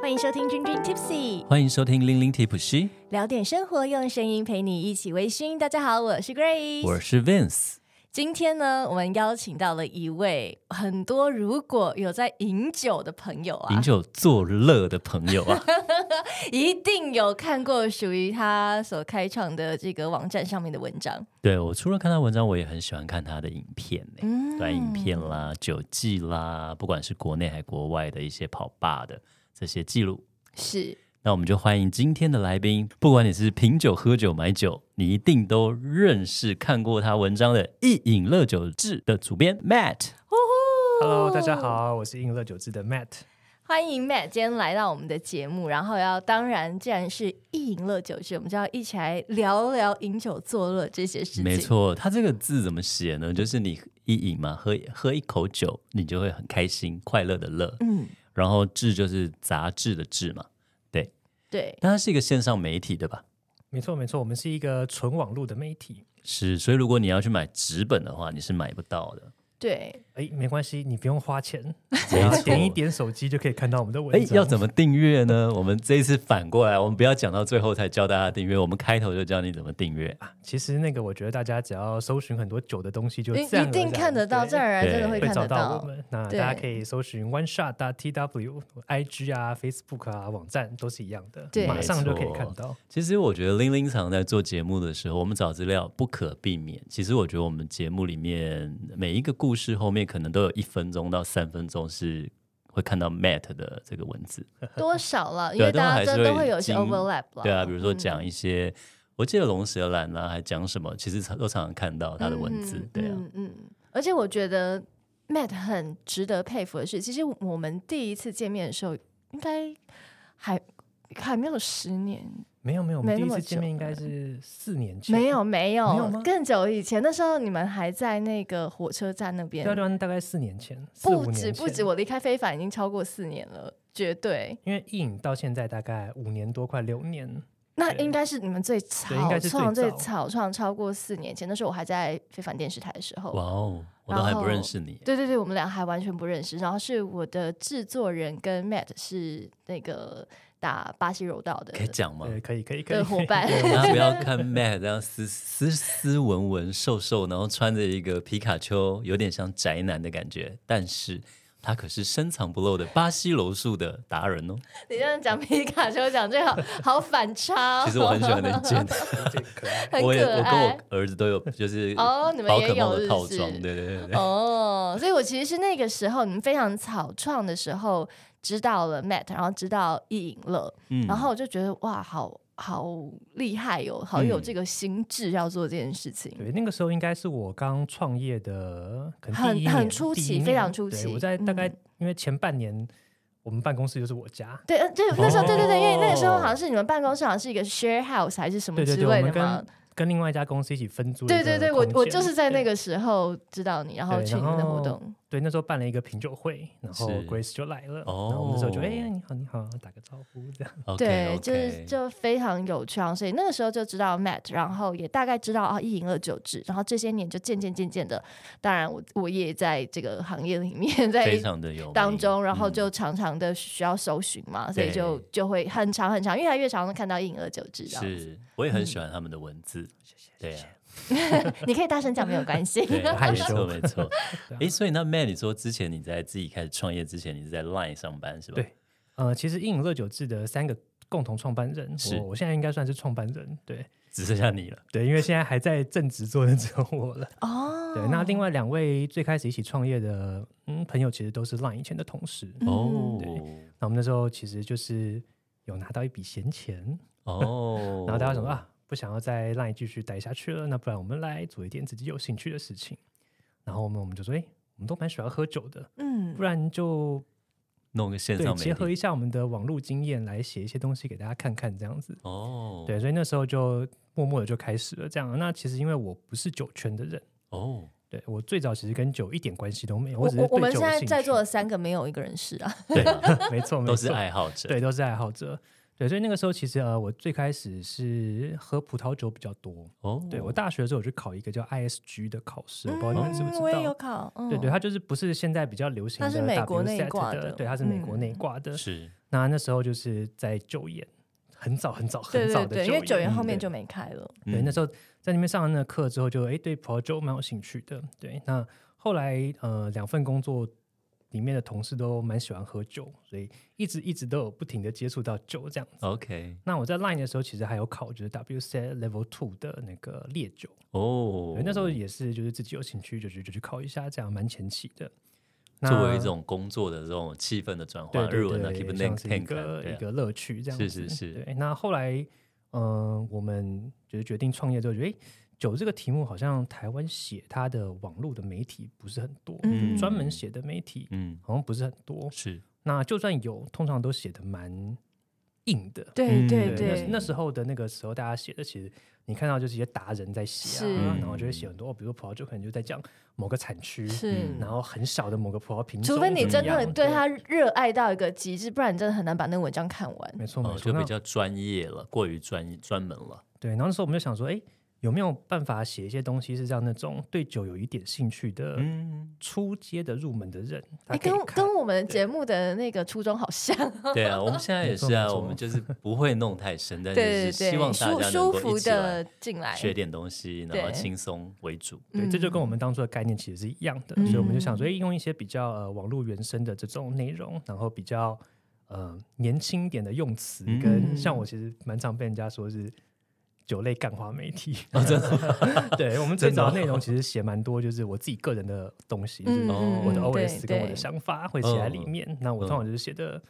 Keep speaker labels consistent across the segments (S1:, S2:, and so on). S1: 欢迎收听《君君 Tipsy》，
S2: 欢迎收听《零零提普西》，
S1: 聊点生活，用声音陪你一起微醺。大家好，我是 Grace，
S2: 我是 Vince。
S1: 今天呢，我们邀请到了一位很多如果有在饮酒的朋友啊
S2: 饮，酒作乐的朋友啊，
S1: 一定有看过属于他所开创的这个网站上面的文章。
S2: 对我除了看他文章，我也很喜欢看他的影片、欸
S1: 嗯
S2: 短影片啦、酒记啦，不管是国内还国外的一些跑吧的这些记录。
S1: 是
S2: 那我们就欢迎今天的来宾，不管你是品酒、喝酒、买酒，你一定都认识看过他文章的《一饮乐酒志》的主编 Matt。
S3: Hello，大
S1: 哦
S3: 家好，我是应乐酒志的 Matt。
S1: 欢迎 Matt 今天来到我们的节目，然后要当然，既然是一饮乐酒局，我们就要一起来聊聊饮酒作乐这些事情。
S2: 没错，他这个字怎么写呢？就是你一饮嘛，喝喝一口酒，你就会很开心、快乐的乐。
S1: 嗯，
S2: 然后志就是杂志的志嘛，对。
S1: 对，
S2: 但它是一个线上媒体，对吧？
S3: 没错，没错，我们是一个纯网络的媒体。
S2: 是，所以如果你要去买纸本的话，你是买不到的。
S1: 对，
S3: 哎，没关系，你不用花钱，只
S2: 没
S3: 要
S2: 错
S3: 点哎一点手机就可以看到我们的文
S2: 哎，
S3: 章。
S2: 要怎么订阅呢？我们这一次反过来，我们不要讲到最后才教大家订阅，我们开头就教你怎么订阅。啊
S3: 其实那个，我觉得大家只要搜寻很多酒的东西，就
S1: 一
S3: 自然
S1: 一定
S3: 而然
S1: 看得到，
S3: 对
S1: 自然而然
S2: 对
S1: 真的会
S3: 会
S1: 看
S3: 找
S1: 得
S3: 到我
S1: 到。
S3: 们。那
S1: 对
S3: 大家可以搜寻 one shot t w IG 啊、Facebook 啊网站都是一样的，
S1: 对
S3: 马上就可以
S2: 没错
S3: 看到。
S2: 其实我觉得玲玲常在做节目的时候，我们找资料不可避免。其实我觉得我们节目里面每一个故事后面可能都有一分钟到三分钟是会看到 Matt 的这个文字。
S1: 多少 了，因
S2: 对啊
S1: 为大家真
S2: 但是还是
S1: 的都
S2: 会
S1: 会有一些
S2: 经
S1: overlap 了。
S2: 对啊，比如说讲
S1: 嗯
S2: 一些，我记得龙舌兰啦、还讲什么，其实都常常看到他的文字。
S1: 嗯
S2: 对啊，
S1: 嗯嗯，而且我觉得 Matt 很值得佩服的是，其实我们第一次见面的时候，应该还还没有十年，
S3: 没有没有，我
S1: 没
S3: 们第
S1: 那
S3: 一
S1: 么
S3: 次见面
S1: 久
S3: 应该是四年前，
S1: 没有没有，
S3: 没有吗
S1: 更久以前，那时候你们还在那个火车站那边
S3: 对，啊，对啊，大概四年前，四五
S1: 不
S3: 年
S1: 止
S3: 前
S1: 不止，我离开非凡已经超过四年了，绝对。
S3: 因为一影到现在大概五年多，快六年。
S1: 那
S3: 对
S1: 应该是你们最
S3: 对应
S1: 草
S3: 该是最
S1: 创、最
S3: 早
S1: 草创超过四年前，那时候我还在非凡电视台的时候。
S2: 哇哦，我都还不认识你。
S1: 对对对，我们俩还完全不认识。然后是我的制作人跟 Matt 是那个打巴西柔道的
S2: 可以讲吗？
S3: 对，可以，可以，可以。
S1: 的伙伴，
S2: 大家不要看 Matt 这样斯斯斯文文、瘦瘦，然后穿着一个皮卡丘，有点像宅男的感觉，但是。他可是深藏不露的巴西柔术的达人哦，
S1: 你这样讲皮卡丘讲最好，好反差、哦。
S2: 其实我很喜欢那件，
S3: 最可爱。
S1: 很
S2: 我也
S1: 可
S2: 我跟
S1: 爱
S2: 我。儿子都有，就是
S1: 哦你们
S2: 宝
S1: 也
S2: 可
S1: 有
S2: 梦
S1: 是
S2: 的
S1: 不
S2: 套
S1: 是
S2: 装，对对对对。
S1: 哦，所以我其实是那个时候你们非常草创的时候知道了 Matt，然后知道意影乐，
S2: 嗯
S1: 然后我就觉得哇，好好厉害哟、好有
S2: 嗯
S1: 这个心智要做这件事情。
S3: 对，那个时候应该是我刚创业的，可能
S1: 很
S3: 第一年
S1: 很初
S3: 第一
S1: 期
S3: 年
S1: 非常初
S3: 对
S1: 期
S3: 我在大概、
S1: 嗯
S3: 因为前半年，我们办公室就是我家。
S1: 对，呃，对，那时候，对对对，因为那个时候
S2: 哦
S1: 好像是你们办公室好像是一个 share house 还是什么
S3: 对
S1: 之
S3: 对对，我
S1: 类的
S3: 们
S1: 嘛
S3: 跟。跟另外一家公司一起分租了一
S1: 对
S3: 个
S1: 对
S3: 空间。
S1: 对，我我就是在那
S3: 对
S1: 个时候知道你，然后
S3: 对
S1: 去你
S3: 然
S1: 们的活
S3: 后
S1: 动。
S3: 对那时候办了一个品酒会，然后
S2: 是
S3: Grace 就来了，
S2: 哦
S3: 然后我们那时候就哎、你好你好打个招呼这样。
S2: OK，
S1: 对
S2: OK
S1: 就是就非常有趣啊，所以那个时候就知道 Matt，然后也大概知道啊一饮二九制，然后这些年就渐渐渐渐的，当然我我也在这个行业里面在
S2: 非常的有名
S1: 当中，然后就
S2: 嗯
S1: 常常的需要搜寻嘛，所以
S2: 对
S1: 就就会很长很长，越来越常看到一饮二九制这样子。嗯
S2: 是，我也很喜欢他们的文字，对呀、
S1: 你可以大声讲没有关系，
S2: 对，啊
S3: 害
S2: 没错
S3: 羞
S2: 没错。
S3: 啊
S2: 哎，所以那 Matt，你说之前你在自己开始创业之前，你是在 Line 上班是吧？
S3: 对呃，其实应乐酒志的三个共同创办人，
S2: 是
S3: 我我现在应该算是创办人，对
S2: 只剩下你了。
S3: 对，因为现在还在正职做的只有我了。
S1: 哦，
S3: 对，那另外两位最开始一起创业的嗯朋友，其实都是 LINE 以前的同事。
S1: 嗯
S2: 哦
S3: 那我们那时候其实就是有拿到一笔闲钱，
S2: 哦，
S3: 然后大家想说啊，不想要在 LINE 继续待下去了，那不然我们来做一点自己有兴趣的事情。然后我们我们就说，哎、我们都蛮喜欢喝酒的，
S1: 嗯
S3: 不，然就
S2: 弄个线
S3: 对
S2: 上媒
S3: 结合
S2: 体
S3: 一下我们的网络经验来写一些东西给大家看看，这样子。
S2: 哦，
S3: 对，所以那时候就默默的就开始了这样。那其实因为我不是酒圈的人。
S2: 哦，
S3: 对我最早其实跟酒一点关系都没有，
S1: 我
S3: 只是
S1: 我我
S3: 对
S1: 们
S3: 酒
S1: 现
S3: 有
S1: 在
S3: 兴
S1: 在
S3: 趣
S1: 座的三个没有一个人是啊，
S2: 对啊，
S3: 没错，没
S2: 都是
S3: 错
S2: 爱好者。
S3: 对，都是爱好者。对，所以那个时候其实呃，我最开始是喝葡萄酒比较多。
S2: 哦，
S3: 对我大学的时候，我去考一个叫 ISG 的考嗯试，我不知道你们知不知
S1: 我也有
S3: 道？
S1: 考，嗯、
S3: 对对，它就是不是现在比较流行的
S1: 它
S3: WSET
S1: 是
S3: 的，
S1: 美国那一挂的
S3: 对，它是美国
S1: 嗯
S3: 那一挂的。
S2: 是
S3: 那那时候就是在就研，很早很早
S1: 对
S3: 很早
S1: 对
S3: 的
S1: 对，因为九
S3: 研
S1: 元后
S3: 嗯
S1: 面
S3: 对
S1: 就没开了。
S3: 对，
S2: 嗯
S3: 那时候在那边上了那个课之后就，哎对葡萄酒蛮有兴趣的。对，那后来呃两份工作里面的同事都蛮喜欢喝酒，所以一直一直都有不停的接触到酒这样子。
S2: 嗯 OK
S3: 那我在 Line 的时候，其实还有考就是 WSET Level Two 的那个烈酒，
S2: 哦
S3: 对，，那时候也是就是自己有兴趣就去就去考一下，这样蛮前期的。那
S2: 作为一种工作的这种气氛的转
S3: 对
S2: 换，
S3: 对
S2: 日文的
S3: 对
S2: keep
S3: 像
S2: neck
S3: 是一
S2: tank，
S3: 个
S2: 对
S3: 一
S2: 啊
S3: 个乐趣这样子。
S2: 是是是
S3: 对，那后来，嗯、我们就是决定创业之后，觉得哎，诶酒这个题目好像台湾写它的网络的媒体不是很多，
S1: 嗯
S3: 专门写的媒体
S2: 嗯
S3: 好像不是很多。
S2: 是
S3: 那就算有，通常都写的蛮硬的。
S1: 对
S2: 嗯
S1: 对
S2: 对
S1: 对，
S3: 那那时候的那个时候，大家写的其实你看到就是一些达人在写
S1: 是
S2: 嗯
S3: 啊，然后就会写很多，哦比如说葡萄酒可能就在讲某个产区，
S1: 是。
S2: 嗯
S3: 然后很小的某个葡萄品种
S1: 除
S3: 嗯怎么
S1: 非
S3: 样，
S1: 你真的对
S3: 对
S1: 他热爱到一个极致，不然你真的很难把那个文章看完。
S3: 没错没
S2: 哦，
S3: 错，
S2: 就
S3: 那
S2: 比较专业了，过于专专门了。
S3: 对，然后那时候我们就想说，哎，有没有办法写一些东西是让那种对酒有一点兴趣的
S2: 嗯，
S3: 初阶的入门的人，他
S1: 哎，
S3: 可以
S1: 跟
S3: 看。
S1: 跟我们节目的那个初衷好 像，
S2: 对啊，我们现在也
S3: 嗯没错
S2: 是啊，
S3: 没错
S2: 我们就是不会弄太 深，但
S1: 对
S2: 是
S1: 对对，
S2: 希望大
S1: 舒
S2: 家
S1: 舒
S2: 能够
S1: 服
S2: 一起来
S1: 的进来，
S2: 学点东西，然后
S1: 对
S2: 轻松为主。
S3: 对，这就跟我
S1: 们
S3: 们当初的概念其实是一样的，所以我们就想说，
S1: 嗯
S3: 哎，用一些比较呃网络原生的这种内容，然后比较呃年轻一点的用词，
S1: 嗯
S3: 跟像我其实蛮常被人家说是酒类干化媒体，真的。 对我们最
S2: 真的
S3: 早
S2: 哦
S3: 的内容其实写蛮多，就是我自己个人的东西，就是
S1: 嗯嗯
S3: 我的
S1: 嗯
S3: OS
S1: 对
S3: 跟我
S1: 对
S3: 的想法会写在里
S2: 嗯嗯
S3: 面。那我通常就是写的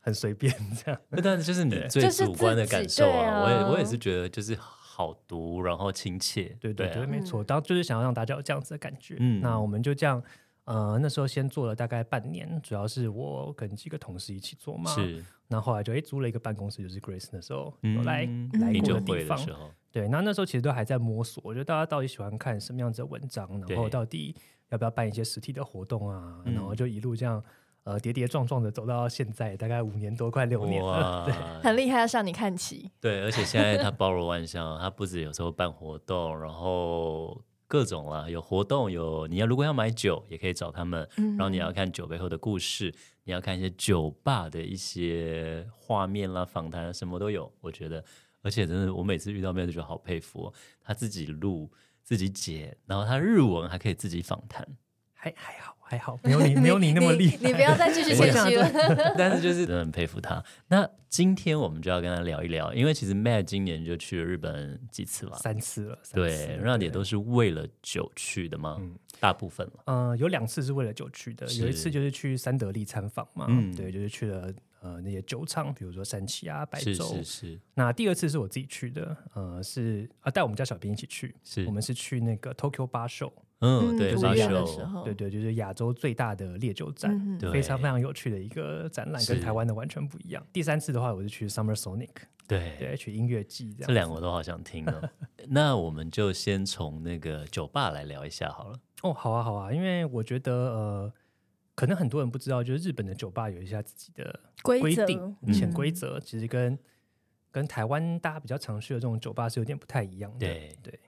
S3: 很随便这样。
S2: 那当然就是你
S3: 对
S2: 最
S1: 就是
S2: 主观的
S1: 自己
S2: 感受
S1: 对啊
S2: 我也我也是觉得就是好读，然后亲切。
S3: 对对对，
S2: 啊
S3: 没错。当就是想要让大家有这样子的感觉。
S2: 嗯
S3: 那我们就这样，呃，那时候先做了大概半年，主要是我跟几个同事一起做嘛。。
S2: 是
S3: 那后来就诶租了一个办公室，就是 Grace 那时候有来、
S2: 嗯
S3: 来
S2: 品
S3: 过
S2: 酒
S3: 的地
S2: 会的
S3: 方
S2: 时。候，
S3: 对，那那时候其实都还在摸索，我觉得大家到底喜欢看什么样子的文章，然后
S2: 对
S3: 到底要不要办一些实体的活动啊，
S2: 嗯
S3: 然后就一路这样。呃，跌跌撞撞的走到现在，大概五年多，快六年了。
S2: 哇，
S1: 很厉害，要向你看齐。
S2: 对，而且现在它包罗万象，它不止有时候办活动，然后各种啦，有活动，有你要如果要买酒，也可以找他们，然后你要看酒背后的故事，你要看一些酒吧的一些画面啦、访谈啊，什么都有。我觉得，而且真的，我每次遇到妹子就好佩服、哦，她自己录、自己剪，然后她日文还可以自己访谈，
S3: 还还好，还好，没有你，没有你那么厉害。
S1: 你不要再继续
S3: 我
S1: 谦
S3: 想
S1: 虚
S3: 说
S1: 了。
S2: 但是就是真的很佩服她。那今天我们就要跟她聊一聊，因为其实 Matt 今年就去了日本几次了。
S3: 三次了，三次
S2: 对，
S3: 了
S2: 那也都是为了酒去的吗？
S3: 嗯
S2: 大部分了。
S3: 呃，有两次是为了酒去的，有一
S2: 是
S3: 次就是去三得利参访嘛，
S2: 嗯
S3: 对，就是去了呃那些酒厂，比如说三七啊、白
S2: 是
S3: 州。
S2: 是是
S3: 那第二次是我自己去的，呃，是啊带我们家小编一起去，
S2: 是，
S3: 我们是去那个 Tokyo Bar Show，、
S2: 嗯对，
S1: 五
S3: 八
S1: 月的
S2: 九
S1: 时候，
S3: 对对，就是亚洲最大的烈酒展。
S1: 嗯
S2: 对
S3: 非常非常有趣的一个展览，跟
S2: 是
S3: 台湾的完全不一样。第三次的话，我是去 Summer Sonic，
S2: 对，
S3: 对，去音乐季这样。
S2: 这两个我都好想听 哦。那我们就先从那个酒吧来聊一下好了。
S3: 哦，好啊，好啊，因为我觉得呃，可能很多人不知道，就是日本的酒吧有一下自己的
S1: 规
S3: 规
S1: 则
S3: 定、
S2: 嗯
S3: 潜规则，其实跟跟台湾大家比较常去的这种酒吧是有点不太一样的。
S2: 对
S3: 对，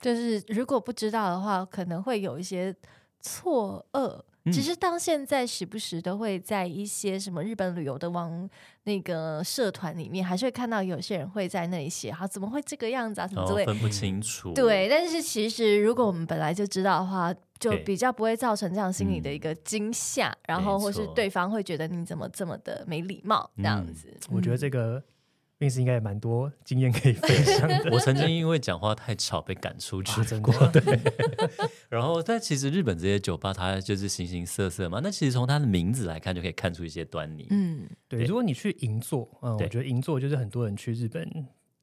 S1: 就是如果不知道的话，可能会有一些错愕。
S2: 嗯
S1: 其实到现在，时不时都会在一些什么日本旅游的网那个社团里面，还是会看到有些人会在那里写啊，怎么会这个样子啊，什么
S2: 然
S1: 之
S3: 哦
S2: 后
S1: 类。
S2: 哦分不清楚，
S1: 对，，但是其实如果我们本来就知道的话，就
S2: 对
S1: 比较不会造成这样心理的一
S3: 嗯
S1: 个惊吓，然后
S2: 没
S1: 或是
S2: 错
S1: 对方会觉得你怎么这么的没礼貌这样
S2: 嗯
S1: 子。
S3: 我觉得
S1: 嗯
S3: 这个运势应该也蛮多经验可以分享的
S2: 我曾经因为讲话太吵被赶出去
S3: 啊，真
S2: 过。
S3: 的。
S2: 然后，但其实日本这些酒吧它就是形形色色嘛，那其实从它的名字来看就可以看出一些端倪。
S1: 嗯，
S3: 对，
S2: 对
S3: 如果你去银座，嗯，我
S2: 对
S3: 觉得银座就是很多人去日本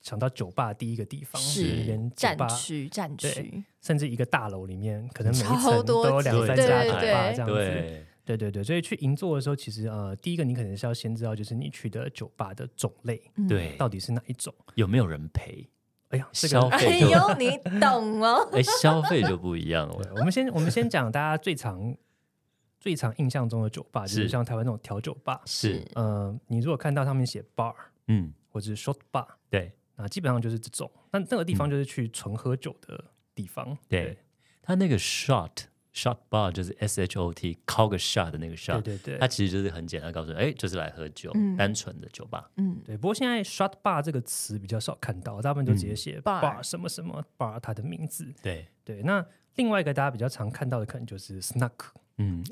S3: 想到酒吧第一个地方，就是一
S1: 是
S3: 间酒
S1: 战
S3: 吧，
S1: 区，战
S3: 对
S1: 区，
S3: 甚至一个大楼里面，可能每一
S1: 超
S3: 层
S1: 多
S3: 都有两
S2: 对
S3: 三
S2: 对
S3: 家
S2: 对
S3: 酒吧
S2: 对
S3: 这样子。
S2: 对，
S3: 对对对，所以去银座的时候，其实呃，第一个你可能是要先知道，就是你去的酒吧的种类
S1: 嗯
S2: 对
S3: 到底是哪一种。
S2: 有没有人陪？
S3: 哎呀，这
S2: 消
S3: 个
S2: 费
S1: 哎呦，你懂哦。
S2: 哎，消费就不一样 了。
S3: 对我们先我们先讲大家最常最常印象中的酒吧，就是
S2: 是
S3: 像台湾那种调酒吧。
S2: 是，
S3: 呃，你如果看到上面写 bar
S2: 嗯，
S3: 或或者是 shot bar，
S2: 对，
S3: 那基本上就是这种。那那个地方就是去纯喝酒的地方。
S2: 对他那个 shot shot bar 就是 S H O T，敲个 shot 啊的那个
S3: 对
S2: shot，
S3: 对对
S2: 它
S3: 对
S2: 其实就是很简单告诉你，哎，就是来喝酒，
S1: 嗯
S2: 单纯的酒吧。
S1: 嗯，
S3: 对。不过现在 shot bar 这个词比较少看到，大部分都直接写
S1: bar
S3: bar 什么什么 bar 它的名字。
S2: 对，
S3: 对，那另外一个大家比较常看到的可能就是 snack。
S2: 嗯，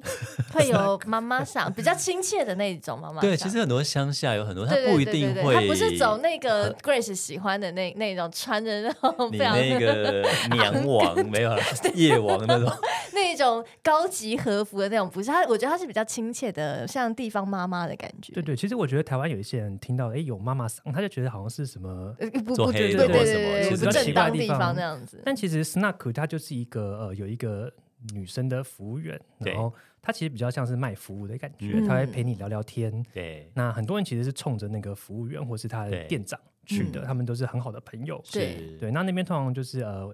S1: 会有妈妈桑比较亲切的那种妈妈桑。
S2: 对，其实很多乡下有很多，它
S1: 对。
S2: 不
S1: 对
S2: 一
S1: 对
S2: 定
S1: 对对
S2: 会，
S1: 他不是走那个 Grace 喜欢的那那种穿着那种
S2: 你
S1: 非常
S2: 那个娘王没有啦，夜王那种，
S1: 那一种高级和服的那种，不是他，我觉得他是比较亲切的，像地方妈妈的感觉。
S3: 对对，其实我觉得台湾有一些人听到哎有妈妈桑，他就觉得好像是什么。
S1: 呃，不
S2: 做
S1: 不
S2: 黑
S1: 对对
S2: 的
S1: 对
S2: 或什么
S1: 对
S2: 其
S1: 对，
S2: 实
S1: 不
S2: 很
S1: 正
S2: 奇
S3: 怪
S1: 当
S3: 的地
S1: 地
S3: 方
S1: 方那样子。
S3: 但其实 snack 它就是一个呃有一个女生的服务员，
S2: 对
S3: 然后她其实比较像是卖服务的感觉，
S1: 嗯
S3: 她会陪你聊聊天。
S2: 对，
S3: 那很多人其实是冲着那个服务员或是他的
S2: 对
S3: 店长去的，
S1: 嗯
S3: 他们都是很好的朋友。
S1: 对
S2: 是
S3: 对，那那边通常就是呃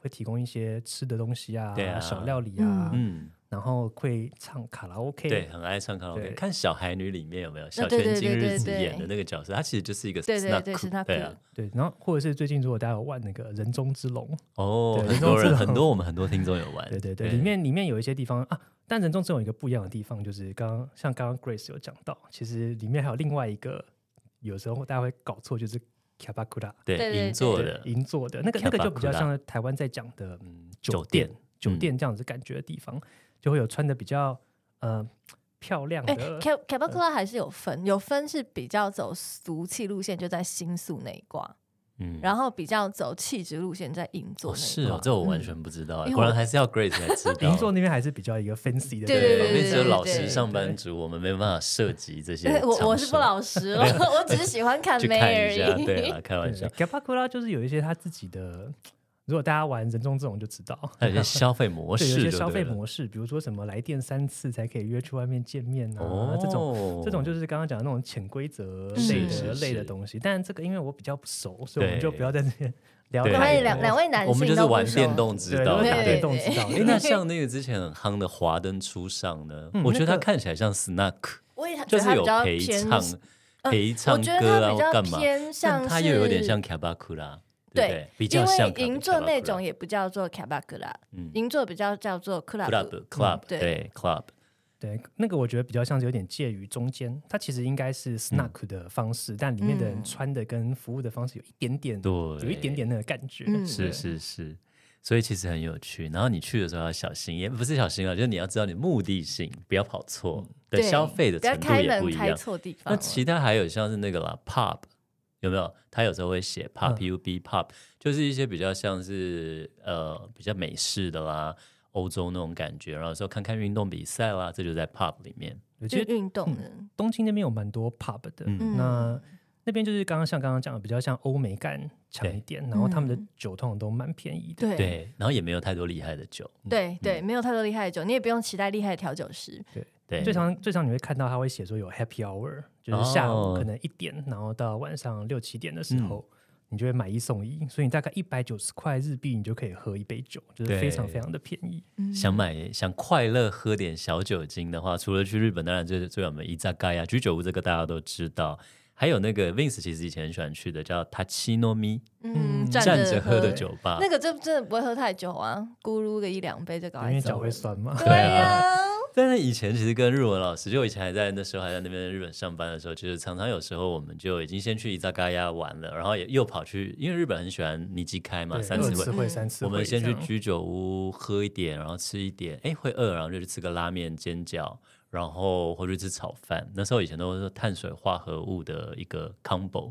S3: 会提供一些吃的东西啊，
S2: 对啊
S3: 小料理啊，
S2: 嗯，
S3: 然后会唱卡拉 OK。
S2: 对，很爱唱卡拉 OK。
S3: 对
S2: 看《小孩女》里面有没有小
S1: 对对
S2: 泉
S1: 对
S2: 今
S1: 对
S2: 日子
S1: 对
S2: 演的那个角色，他其实就是一个
S1: 对对对
S2: snack，
S1: snack
S2: 对啊，
S3: 对然后或者是最近如果大家有玩那个人中之龙，
S2: 哦，
S3: 对
S2: 很多人
S3: 人中之龙
S2: 很多我们很多听众有玩，
S3: 对对对，里面里面有一些地方啊，但人中之龙有一个不一样的地方，就是刚刚像刚刚 Grace 有讲到，其实里面还有另外一个，有时候大家会搞错，就是 k a b a k u r a
S1: 对
S2: 对
S1: 对
S2: 银座
S1: 对
S2: 的
S3: 银座的那个那个就比较像是台湾在讲的嗯酒店
S2: 酒店
S3: 酒店这样子感觉的地方，就会有穿的比较呃漂亮
S1: 哎
S2: 嗯
S3: 的。
S1: ，Cap c a p a c u l a 还是有分，有分是比较走俗气路线，就在新宿那一挂，
S2: 嗯
S1: 然后比较走气质路线，在银座
S2: 哦
S1: 那一
S2: 是
S1: 挂
S2: 哦，这我完
S1: 嗯
S2: 全不知道
S1: 因
S2: 欸，
S1: 为
S2: 果然
S1: 我
S2: 还是要 Grace 才 知道。
S3: 银座那边还是比较一个 fancy 的，
S1: 对
S2: 对
S1: 对
S2: 我
S1: 对
S2: 们只有
S1: 对
S2: 老
S1: 对
S2: 师
S1: 对
S2: 上班族，我们没办法涉 及这些
S1: 呃
S2: 场所。
S1: 我我是不老实 了，我只是喜欢看
S2: 去
S1: 妹
S2: 看
S1: 而
S2: 一下，
S1: 已。
S2: 对啦，开玩笑。
S3: k a b a k u r a 就是有一些他自己的，如果大家玩人中之龙就知道，
S2: 它有些消费模
S3: 对，
S2: 式就哦对
S3: 有一些
S2: 了，
S3: 消费模式，比如说什么来电三次才可以约去外面见面啊，
S2: 哦
S3: 这种
S2: 种
S3: 这种就是刚刚讲的那种潜规则
S1: 是
S3: 类
S1: 是
S3: 的
S2: 是
S3: 类的东西。但这个因为我比较不熟，所以我们就
S2: 对
S3: 不要在这边聊
S2: 对
S1: 两
S3: 太
S1: 位
S3: 多。
S1: 两两位男性
S2: 我们就是
S1: 都不
S2: 玩
S1: 熟
S2: 电动
S3: 对
S2: 知
S3: 都
S2: 道
S3: 会
S2: 的。
S3: 打
S1: 对
S3: 电动知道。
S2: 哎，那像 那个之前很夯的《华灯初上》呢，
S3: 嗯
S2: 我觉得
S3: 那
S2: 它
S3: 个
S2: 看起来像 snack，
S1: 我也觉得
S2: 就是
S1: 他
S2: 有
S1: 比较
S2: 陪
S1: 偏，呃
S2: 唱陪
S1: 我
S2: 唱
S1: 觉得
S2: 歌
S1: 他
S2: 啊，
S1: 比
S2: 或
S1: 较
S2: 干嘛？
S1: 偏向
S2: 但
S1: 是
S2: 它又有点像 k a b a k u r a 对不
S1: 对
S2: 对，比
S1: 因
S2: 较像
S1: 为
S2: Kabakura
S1: 银座那种也不叫做 c a b a c u l a
S2: 嗯
S1: 银座比较叫做 club。嗯
S2: club club
S1: 对
S2: 对 club
S3: 对，那个我觉得比较像是有点介于中间，它其实应该是 snack 的方式，但里面的人
S1: 嗯
S3: 穿的跟服务的方式有一点点，
S2: 对，
S3: 有一点点那个感觉。
S1: 嗯
S2: 是是是，所以其实很有趣。然后你去的时候要小心，也不是小心啊，就是你要知道你目的性，不要跑错，对消费的
S1: 嗯不要
S2: 程度
S1: 开
S2: 也不
S1: 门
S2: 一
S1: 开
S2: 样。
S1: 错地方
S2: 那
S1: 了。
S2: 其他还有像是那个啦，pub 有没有？他有时候会写 pub、
S3: 嗯
S2: pub pub，就是一些比较像是呃比较美式的啦。欧洲那种感觉，然后有时候看看运动比赛啦，这就在 pub 里面。
S3: 对，其
S1: 就
S3: 实
S1: 运动的，
S3: 东京那边有蛮多 pub 的，
S2: 嗯
S3: 那那边就是刚刚像刚刚讲的，比较像欧美感强一点，然后他们的
S1: 嗯
S3: 酒通常都蛮便宜的。
S1: 对
S2: 对，嗯然后也没有太多厉害的酒，
S1: 对对，没有太多厉害的酒，你也不用期待厉害的调酒师。嗯
S2: 对，
S3: 最常最常你会看到他会写说有 happy hour，就是下午
S2: 哦嗯
S3: 可能一点，然后到晚上六七点的时候，你就会买一送一，所以你大概一百九十块日币，你就可以喝一杯酒，就是非常
S2: 对
S3: 非常的便宜。
S2: 想买想快乐喝点小酒精的话，除了去日本，当然就是最有名伊扎盖呀居酒屋，这个大家都知道。还有那个 Vince 其实以前很喜欢去的，叫 Tachinomi，
S1: 嗯，
S2: 站着喝的酒吧。
S1: 那个就真的不会喝太久啊，咕噜个一两杯就搞
S2: 嗯
S3: 因
S1: 来
S3: 为
S1: 走
S3: 脚会
S1: 了。
S3: 酸嘛。
S1: 对呀，
S2: 但是以前其实跟日文老师，就我以前还在那时候还在那边日本上班的时候，就是常常有时候我们就已经先去伊扎盖呀玩了，然后也又跑去，因为日本很喜欢尼基开嘛，
S3: 对
S2: 三
S3: 二
S2: 次
S3: 次
S2: 会。
S3: 会、三次
S2: 我
S3: 会，
S2: 们先去
S3: 这样
S2: 居酒屋喝一点，然后吃一点，哎，会饿，然后就去吃个拉面、煎饺，然后或者吃炒饭。那时候以前都是碳水化合物的一个 combo，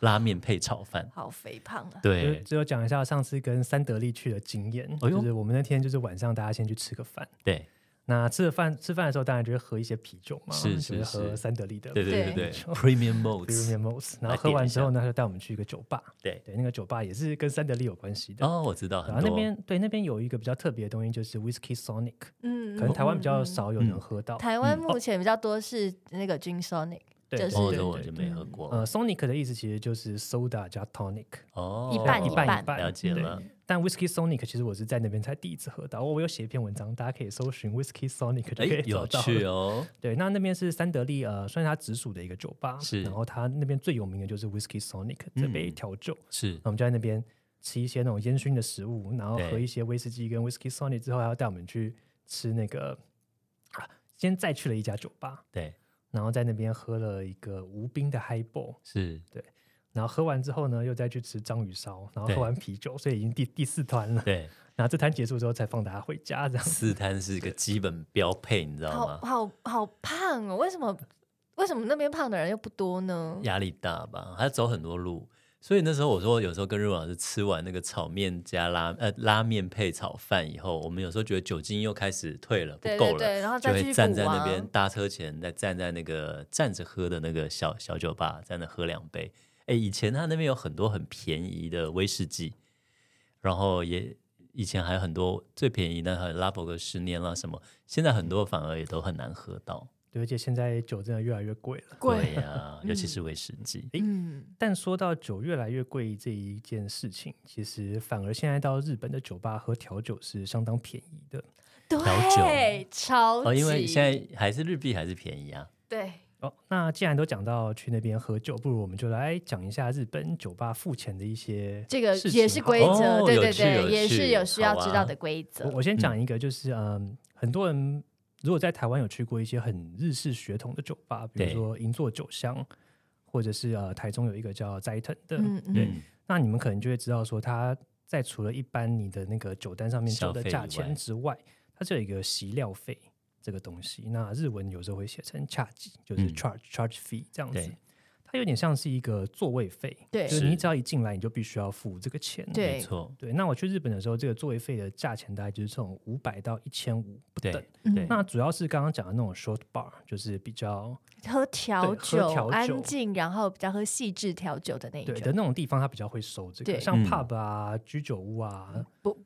S2: 拉面配炒饭。
S1: 好肥胖啊！
S3: 就
S2: 对
S3: 只有讲一下上次跟三得利去的经验，
S2: 哎呦
S3: 就是我们那天就是晚上大家先去吃个饭，
S2: 对
S3: 那吃了饭吃饭的时候当然就会喝一些啤酒嘛，
S2: 是
S3: 就是
S2: 是
S3: 喝三得利的
S2: 对对对对
S1: 对
S2: 对，premium modes。
S3: Premium Modes，然
S2: 来
S3: 后喝
S2: 点
S3: 完
S2: 一
S3: 之
S2: 下
S3: 后呢，他就带我们去一个酒吧，
S2: 对，
S3: 对，那个酒吧也是跟三得利有关系的。
S2: 哦，我知道
S3: 然
S2: 很
S3: 后
S2: 多。
S3: 那边对那边有一个比较特别的东西，就是 Whisky Sonic，
S1: 嗯，
S3: 可能台湾比较
S1: 嗯。
S3: 少有
S2: 嗯
S3: 能喝到。
S1: 台湾目前比较多是那个 Gin Sonic，
S3: 对
S1: 就
S3: 对
S1: 是
S2: 哦，这
S3: 对嗯
S2: 我就没喝过。
S3: 呃，Sonic 的意思其实就是 soda 加 tonic，
S2: 哦，
S1: 一半
S3: 一
S1: 一半
S3: 半，
S2: 了解
S3: 对
S2: 了。
S3: 但 Whisky Sonic 其实我是在那边才第一次喝到，我我有写一篇文章，大家可以搜寻 Whisky Sonic 就可以
S2: 哎，
S3: 找
S2: 有
S3: 到。
S2: 趣哦，
S3: 对，那那边是三得利，呃，算是它直属的一个酒吧，
S2: 是
S3: 然后它那边最有名的就是 Whisky Sonic 这杯
S2: 嗯
S3: 调酒，
S2: 是
S3: 然后我们就在那边吃一些那种烟熏的食物，然后
S2: 对
S3: 喝一些威士忌跟 Whisky Sonic 之后，还要带我们去吃那个啊，先再去了一家酒吧，
S2: 对，
S3: 然后在那边喝了一个无冰的 Highball，
S2: 是
S3: 然后喝完之后呢，又再去吃章鱼烧，然后
S2: 对
S3: 喝完啤酒，所以已经第第四摊了。
S2: 对，
S3: 然后这摊结束之后，才放大家回家这样。
S2: 四摊是一个基本标配，你知道
S1: 好
S2: 吗？
S1: 好好胖哦，为什么为什么那边胖的人又不多 呢？
S2: 压力大吧，还要走很多路。所以那时候我说，有时候跟日文老师吃完那个炒面加拉呃拉面配炒饭以后，我们有时候觉得酒精又开始退了，不
S1: 对
S2: 够
S1: 对
S2: 了，
S1: 对，然后
S2: 就
S1: 再继
S2: 会
S1: 续
S2: 站
S1: 补
S2: 在那
S1: 啊。
S2: 边搭车前，再站在那个站着喝的那个小小酒吧，站着喝两杯。哎，以前他那边有很多很便宜的威士忌，然后也以前还有很多最便宜的，还有拉伯格十年啦什么，现在很多反而也都很难喝到。
S3: 对，而且现在酒真的越来越贵了。
S1: 贵，
S2: 呀、尤其是威士忌。
S1: 嗯，
S3: 但说到酒越来越贵这一件事情，其实反而现在到日本的酒吧喝调酒是相当便宜的
S1: 对，超级、
S2: 哦，因为现在还是日币还是便宜啊。
S1: 对
S3: 哦。那既然都讲到去那边喝酒，不如我们就来讲一下日本酒吧付钱的一些
S1: 这个
S3: 事情
S1: 也是规
S2: 好
S1: 则，
S2: 哦
S1: 对
S2: 有
S1: 对
S2: 趣
S1: 对，
S2: 有
S1: 也
S2: 趣
S1: 是有需要
S2: 好
S1: 知
S2: 啊
S1: 道的规则。
S3: 我我先讲一个，就是嗯，很多人如果在台湾有去过一些很日式血统的酒吧，比如
S2: 对
S3: 说银座酒香，或者是呃台中有一个叫斋藤的，
S1: 嗯嗯
S3: 对，那你们可能就会知道说，它在除了一般你的那个酒单上面
S2: 消
S3: 交
S2: 费
S3: 的
S2: 以
S3: 价
S2: 外
S3: 钱之外，它是有一个席料费这个东西。那日文有时候会写成 charge，就是
S2: 嗯
S3: charge、charge fee 这样子
S2: 对。
S3: 它有点像是一个座位费，
S1: 对
S3: 就是你
S2: 是
S3: 只要一进来你就必须要付这个钱，
S1: 对
S2: 没错，
S3: 对，那我去日本的时候，这个座位费的价钱大概就是这种五百到一千五不等
S2: 对。
S1: 嗯
S3: 那主要是刚刚讲的那种 short bar，就是比较
S1: 喝调
S3: 喝
S1: 酒
S3: 调酒
S1: 安静，然后比较喝细致调酒的那一
S3: 对的
S1: 种，
S3: 那种地方，它比较会收这个，
S1: 对
S3: 像
S2: 嗯
S3: pub 啊、居酒屋啊，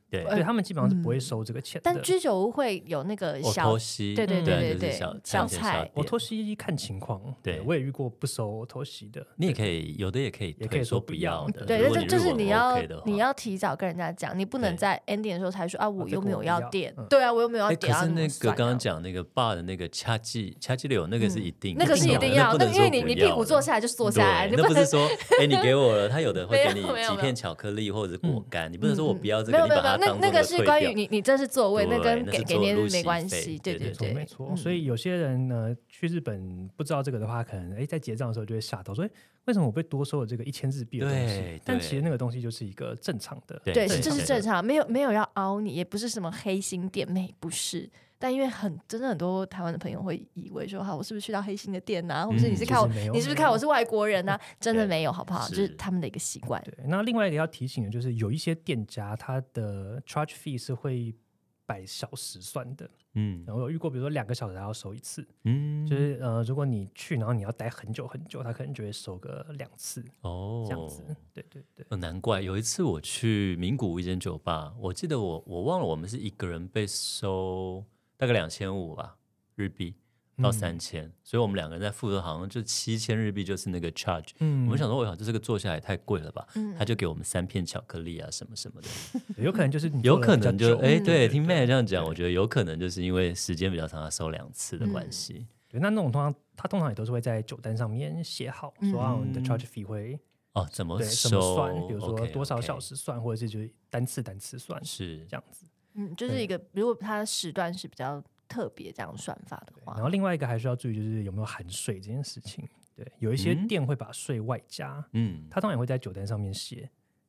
S2: 对，
S1: 呃
S3: 对他们基本上是不会
S1: 嗯
S3: 收这个钱的。
S1: 但居酒屋会有那个
S2: 我
S1: 小
S2: 偷西，
S1: 对对
S3: 对
S1: 对
S2: 就是
S1: 对
S2: 小
S1: 小
S2: 餐前
S1: 菜
S2: 小
S3: 我
S2: 点
S3: 偷袭看情况，
S2: 对
S3: 我也遇过不收我偷袭的。
S2: 你也可以，有的也可以
S3: 也
S2: 退，
S3: 可以说
S2: 说
S3: 不
S2: 不
S3: 要
S2: 要的。
S1: 对，
S2: 如
S1: 但
S2: 果
S1: 是就是
S2: 你
S1: 你
S2: 日文
S1: 要
S2: OK 的话
S1: 你要提早跟人家讲，你不能
S2: 对
S1: 在 ending 的时候才说啊，我
S3: 这
S1: 又
S3: 个
S1: 没
S3: 我
S1: 有
S3: 不
S1: 要
S3: 要
S1: 点
S3: 嗯，
S1: 对啊，我又没有要
S2: 哎，可
S1: 点，啊
S2: 是那
S1: 怎么
S2: 个刚刚
S1: 算啊嗯
S2: 讲那个 bar 的那个掐记掐记柳那个是一定的，
S1: 那个是一定要，
S2: 那
S1: 那个因为你你屁股坐下来就是坐下来，你
S2: 对那
S1: 不
S2: 不
S1: 能
S2: 是说哎你给我了，他有的会给
S1: 没
S2: 你
S1: 有没有
S2: 几
S1: 没有
S2: 片巧克力或者是果干，你不能说我不要这
S1: 没有
S2: 个，你
S1: 没有
S2: 把
S1: 没有，那
S2: 它当
S1: 那
S2: 做
S1: 个
S2: 个
S1: 是
S2: 退
S1: 关于
S2: 掉
S1: 你你这是座位，那
S2: 对
S1: 跟
S2: 那
S1: 给
S2: 是
S1: 给
S2: 座
S1: 你
S2: 路
S1: 没
S2: 行
S1: 关
S2: 费
S1: 系，
S2: 对
S1: 对
S2: 对
S3: 没错，
S1: 对，嗯
S3: 没错。所以有些人呢，去日本不知道这个的话，可能哎，在结账的时候就会吓到，说哎，为什么我被多收了这个一千日币的东
S2: 对
S3: 西？但
S2: 对
S3: 其实那个东西就是一个正常的，
S2: 对
S1: 对，是
S2: 正
S1: 这
S2: 常
S1: 是
S2: 的
S1: 正常，没有没有要凹你，也不是什么黑心店妹，不是。但因为很真的很多台湾的朋友会以为说，好，我是不是去到黑心的店呐、或者是你是
S2: 嗯
S1: 看我，
S3: 其实没有
S1: 你是不是看我是外国人呐、真的
S2: 对
S1: 没有，好不好？就是
S2: 是
S1: 他们的一个习惯。
S3: 对，那另外一个要提醒的就是，有一些店家他的 charge fee 是会摆小时算的，
S2: 嗯
S3: 然后有遇过，比如说两个小时还要收一次，
S2: 嗯，
S3: 就是呃，如果你去，然后你要待很久很久，他可能就会收个两次
S2: 哦
S3: 这样子。对对对，
S2: 呃难怪有一次我去名古屋一间酒吧，我记得我我忘了我们是一个人被收大概两千五吧日币到
S3: 嗯
S2: 三千、所以我们两个人在付的好像就七千日币就是那个 charge。
S3: 嗯
S2: 我们想说，我靠，这个坐下来也太贵了吧？
S1: 嗯
S2: 他就给我们三片巧克力啊什么什么的，
S3: 有可能就是你
S2: 有
S3: 嗯做得
S2: 可
S3: 比较
S2: 能就
S3: 久
S2: 哎、
S1: 嗯
S2: 对，听妹这样讲，
S3: 对
S2: 我觉得有可能就是因为时间比较长，他收两次的关
S1: 嗯
S2: 系。
S3: 对，那那种通常他通常也都是会在酒单上面写好，说啊你的
S2: 嗯
S3: charge fee 会
S2: 哦，怎么
S3: 对
S2: 收？
S3: 怎么算，比如说
S2: OK，OK
S3: 多少小时算，或者是就是单次单次算
S2: 是
S3: 这样子。
S1: 嗯，就是一个如果它的时段是比较特别这样算法的
S3: 然
S1: 话，
S3: 后另外一个还是要注意，就是有没有含税这件事情。对，有一些
S2: 嗯
S3: 店会把税外加，
S2: 嗯，
S3: 他当然也会在酒单上面写。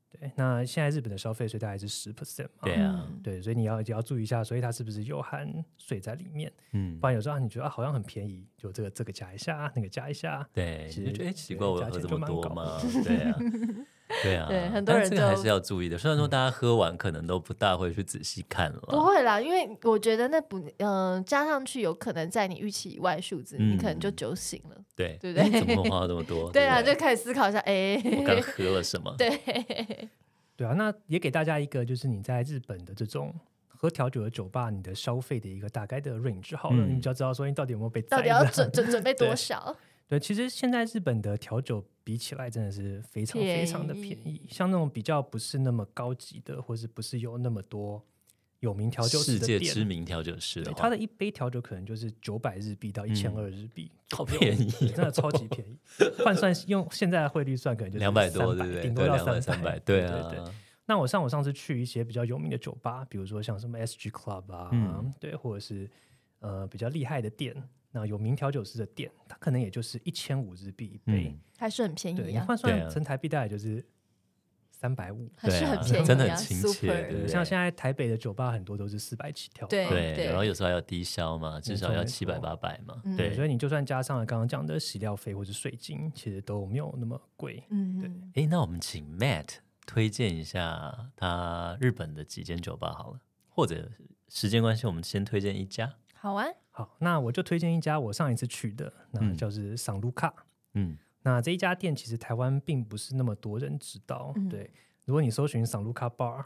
S3: 对，那现在日本的消费税大概是十 percent 嘛，
S2: 对啊，
S1: 嗯
S3: 对，所以你要也要注意一下，所以它是不是有含税在里面？
S2: 嗯
S3: 不，然有时候啊，你觉得啊好像很便宜，就这个这个加一下，啊那个加一下，
S2: 对，
S3: 其
S2: 你就
S3: 实
S2: 觉得哎，奇
S3: 对
S2: 怪，我
S3: 价
S2: 喝
S3: 钱
S2: 这
S3: 就
S2: 么
S3: 蛮
S2: 多
S3: 高
S2: 吗？对啊，对啊，
S1: 对很
S2: 但
S1: 多
S2: 是
S1: 人
S2: 这个还是
S1: 就
S2: 要注意的。虽然说大家喝完可能都不大会去仔细看
S1: 不
S2: 了，
S1: 会啦，因为我觉得那不，嗯、加上去有可能在你预期以外数字，你可能就
S2: 嗯
S1: 酒醒了。
S2: 对
S1: 对不对
S2: 哎怎么会花这么多？
S1: 对啊，
S2: 不
S1: 就开始思考一下，哎、
S2: 我刚喝了什么？
S1: 对，
S3: 对啊，那也给大家一个，就是你在日本的这种喝调酒的酒吧，你的消费的一个大概的 range 好了，
S2: 嗯
S3: 你比较知道说你到底有没有被宰
S1: 到底要
S3: 这样
S1: 准准准备
S3: 对
S1: 多少？
S3: 对 对，其实现在日本的调酒比起来真的是非常非常的便
S1: 便
S3: 宜，像那种比较不是那么高级的，或是不是有那么多有名调酒
S2: 世
S3: 师的
S2: 界
S3: 店，
S2: 知名调酒师哦的
S3: 对它
S2: 话，嗯
S3: 的一杯调酒可能就是九百日币到一千二日币，
S2: 好便宜
S3: 对真 的超级便宜。换算用现在的汇率算，可能就是
S2: 两百多，
S3: 300
S2: 对不对？
S3: 顶多
S2: 对，
S3: 到
S2: 两百三
S3: 百
S2: 百，。对
S3: 对对。
S2: 啊，
S3: 那我像我上次去一些比较有名的酒吧，比如说像什么 SG Club 啊，
S2: 嗯
S3: 对，或者是呃比较厉害的店，那有名调酒师的店，它可能也就是一千五日币一杯，
S2: 嗯，
S1: 还是很便
S3: 对，
S1: 宜
S3: 你
S1: 啊，
S3: 换
S2: 对啊
S3: 算成台币大概就是三百五。
S1: 还是很
S2: 对啊
S1: 便宜啊，
S2: 真的很亲切
S1: super
S2: 对不对
S3: 像现在台北的酒吧很多都是四百起跳，
S1: 对
S2: 对。
S1: 对
S2: 然后有时候还要低消嘛，至少
S3: 错
S2: 要
S3: 没
S2: 七百
S3: 错
S2: 八百嘛，
S1: 嗯
S2: 对。
S3: 所以你就算加上了刚刚讲的洗料费或者税金，其实都没有那么贵。对
S1: 嗯，
S2: 哎，那我们请 Matt 推荐一下他日本的几间酒吧好了，或者时间关系，我们先推荐一家。
S1: 好玩，
S3: 好，那我就推荐一家我上一次去的，那
S2: 嗯
S3: 就是桑卢卡。
S2: 嗯，
S3: 那这一家店其实台湾并不是那么多人知道，
S1: 嗯
S3: 对。如果你搜寻桑卢卡 bar，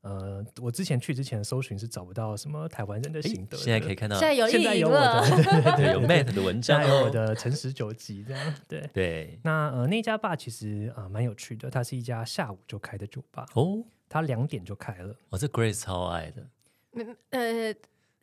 S3: 呃，我之前去之前搜寻是找不到什么台湾人的心得的，
S2: 现在可以看到
S1: 现，在有
S3: 现
S1: 意
S3: 在
S1: 淫
S3: 有我的，
S1: 了，
S3: 对 对
S2: 对，
S3: 对
S2: 有 Matt 的文
S3: 现
S2: 章
S3: 在有我
S2: 哦。
S3: 的诚实酒集这样，对。
S2: 对，
S3: 那呃，那家吧其实啊蛮、有趣的，它是一家下午就开的酒吧，
S2: 哦，
S3: 它两点就开了。
S2: 我这 Grace 超爱的，
S1: 嗯 呃，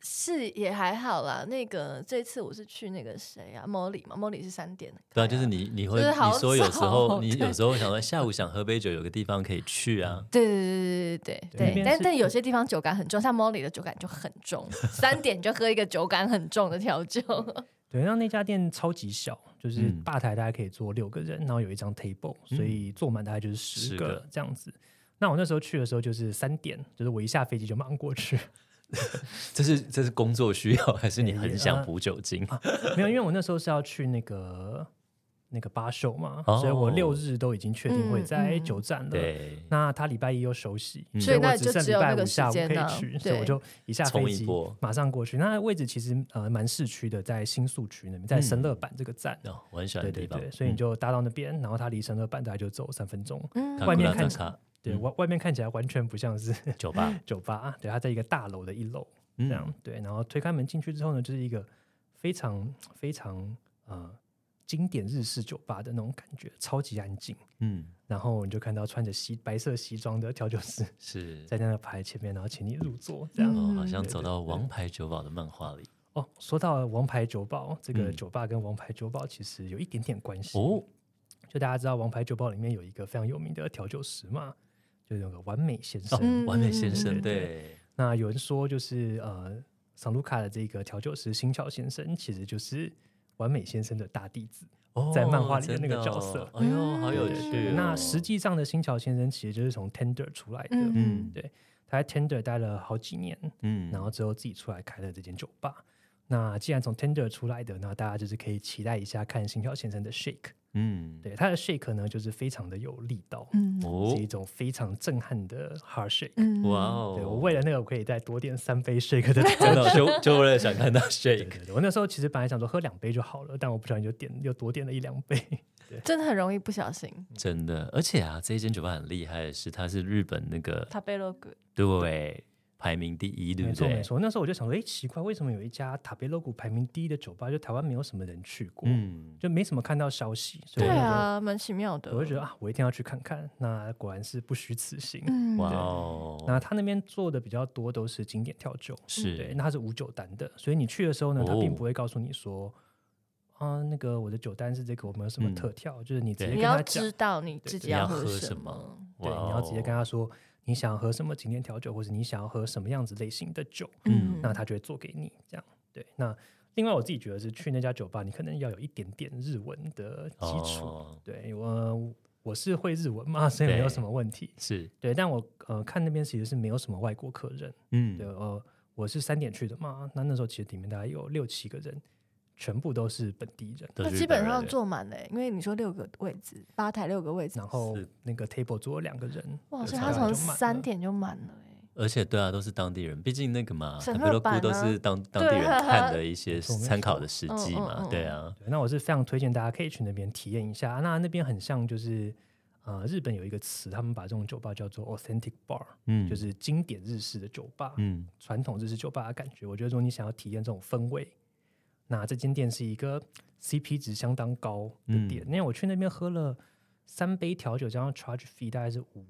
S1: 是也还好啦。那个这次我是去那个谁啊，Molly 嘛，Molly 是三点的开啊，
S2: 对啊，就是你你会
S1: 就是好
S2: 你说有时
S1: 早
S3: 哦
S2: 候你
S1: 对
S2: 有时候想说下午想喝杯酒，有个地方可以去啊。
S3: 嗯
S1: 对对对对
S3: 对
S1: 对
S3: 那
S1: 对，
S3: 边
S1: 但
S3: 是
S1: 但有些地方酒感很重，像 Molly 的酒感就很重，三点就喝一个酒感很重的调酒。
S3: 对，那那家店超级小，就是
S2: 嗯
S3: 吧台大概可以坐六个人，然后有一张 table，所以坐满大概就是十
S2: 10
S3: 个
S2: 个
S3: 这样子。那我那时候去的时候就是三点，就是我一下飞机就马上过去，
S2: 这是这是工作需要，还是你
S3: 对
S2: 很
S3: 也
S2: 想
S3: 呃
S2: 补酒精？
S3: 没有，因为我那时候是要去那个那个巴秀嘛，
S2: 哦
S3: 所以我六日都已经确定会在
S1: 嗯嗯
S3: 酒站了。
S2: 对，
S3: 那他礼拜一又休息，
S2: 嗯
S3: 所
S1: 所
S3: 以
S1: 以那
S3: 我只
S1: 就
S3: 剩
S1: 只
S3: 礼
S1: 有
S3: 拜
S1: 那
S3: 五
S1: 个
S3: 下午
S1: 时间
S3: 可以
S1: 呢
S3: 去，所以我
S1: 对
S3: 就一啊下
S2: 冲
S3: 飞
S2: 一
S3: 机
S2: 波
S3: 马上过去。那位置其实呃蛮市区的，在新宿区那边，
S2: 嗯
S3: 在神乐坂这个站。
S2: 哦，我很喜欢
S3: 对
S2: 的
S3: 对
S2: 地方嗯
S3: 对，。所以你就搭到那边，然后它离神乐坂大概就走三分钟。
S1: 嗯
S2: 卡
S3: 外
S2: 库
S3: 面
S2: 拉
S3: 看
S2: 扎卡
S3: 对
S2: 嗯
S3: 外外面看起来完全不像是
S2: 酒吧，
S3: 酒吧，对，它在一个大楼的一楼
S2: 嗯
S3: 这样。对，然后推开门进去之后呢，就是一个非常非常呃经典日式酒吧的那种感觉，超级安静。
S2: 嗯，
S3: 然后你就看到穿着西白色西装的调酒师
S2: 是
S3: 在那个牌前面，然后请你入座这样。
S2: 哦，好
S1: 嗯
S2: 像
S3: 对
S2: 走
S3: 对
S2: 到《
S3: 对
S2: 王牌酒保》的漫画里
S3: 哦，说到王牌酒保，这个
S2: 嗯
S3: 酒吧跟王牌酒保其实有一点点关系。
S2: 哦，
S3: 就大家知道王牌酒保里面有一个非常有名的调酒师嘛，就是那个完美先生。
S2: 哦
S1: 嗯
S2: 完美先生
S3: 嗯对
S2: 对，
S3: 那有人说，就是呃，桑卢卡的这个调酒师新桥先生，其实就是完美先生的大弟子。
S2: 哦
S3: 在漫画里的那个
S2: 真
S3: 角
S2: 哦
S3: 色
S2: 哎呦，好有
S1: 对对
S2: 趣
S1: 对
S2: 哦。
S3: 那实际上的新桥先生其实就是从 Tender 出来的，
S1: 嗯
S2: 嗯
S3: 他在 Tender 待了好几年，
S2: 嗯，
S3: 然后之后自己出来开了这间酒吧。那既然从 Tender 出来的，那大家就是可以期待一下看新桥先生的 Shake。
S2: 嗯，
S3: 对，他的 Shake 呢，就是非常的有力道，
S1: 嗯
S2: 哦
S3: 是一，种非常震撼的 Hard Shake。
S1: 嗯
S2: 哇哦，
S3: 对我为了那个，我可以再多点三杯 Shake 的
S2: 真的就就为了想看到
S3: 对
S2: shake，
S3: 对对，我那时候其实本来想说喝两杯就好了，但我不小心就点又多点了一两 杯。
S1: 真的很容易不小心。
S2: 真的，而且啊，这一间酒吧很厉害的是，它是日本那个
S1: 他贝洛格，
S2: 对排名第一，对
S3: 没
S2: 不
S3: 错没
S2: 对？
S3: 错，那时候我就想说，哎，奇怪，为什么有一家塔贝洛谷排名第一的酒吧，就台湾没有什么人去过，
S2: 嗯，
S3: 就没什么看到消息，所以
S1: 对
S3: 我就觉得
S1: 啊，蛮奇妙的。
S3: 我就觉得啊，我一定要去看看。那果然是不虚此行。
S1: 嗯
S2: 哇哦，
S3: 那他那边做的比较多都是经典调酒，对，
S2: 是
S3: 那它是无酒单的，所以你去的时候呢，他
S2: 哦
S3: 并不会告诉你说，啊，那个我的酒单是这个，我们有什么
S2: 嗯
S3: 特调，就是你直接
S2: 对
S1: 你
S3: 跟
S1: 要
S3: 他讲
S1: 知，道你自己
S2: 你要
S1: 喝
S2: 喝
S1: 什
S2: 什
S1: 么
S2: 么。
S3: 对，你要直接跟
S2: 哦
S3: 他说你想喝什么经典调酒，或者你想要喝什么样子类型的酒，
S2: 嗯
S3: 那他就会做给你这样。对，那另外我自己觉得是去那家酒吧，你可能要有一点点日文的基础。
S2: 哦
S3: 对我我是会日文嘛，所以没有
S2: 对
S3: 什么问题。
S2: 是，
S3: 对，但我呃看那边其实是没有什么外国客人。对，
S2: 嗯，
S3: 呃，我是三点去的嘛，那那时候其实里面大概有六七个人，全部都是本地人。
S2: 都
S1: 那
S2: 是
S1: 基
S2: 日本
S1: 本
S2: 人
S1: 上坐满了，因为你说六个位置，吧台六个位置
S3: 然，后
S2: 是
S3: 那个 table 坐了两个人，
S1: 哇，
S3: 对
S1: 所以
S3: 大
S1: 他
S3: 概
S1: 从
S3: 就满了
S1: 三点就满了欸
S2: 而且对啊，都是当地人，毕竟那个嘛，
S1: 省
S2: 很
S1: 会
S2: 多
S1: 版啊
S2: 菇都是当当地人看的一些
S3: 错没错
S2: 参考的实
S1: 嗯
S2: 际
S1: 嗯
S2: 嘛，
S1: 嗯
S2: 对啊，
S3: 对，那我是非常推荐大家可以去那边体验一下。那那边很像就是，呃，日本有一个词，他们把这种酒吧叫做 authentic bar，、
S2: 嗯，
S3: 就是经典日式的酒吧，
S2: 嗯
S3: 传统日式酒吧的感觉。我觉得，如果你想要体验这种氛围，那这间店是一个 CP 值相当高
S2: 嗯
S3: 的店，因为我去那边喝了三杯调酒，加上 charge fee 大概是五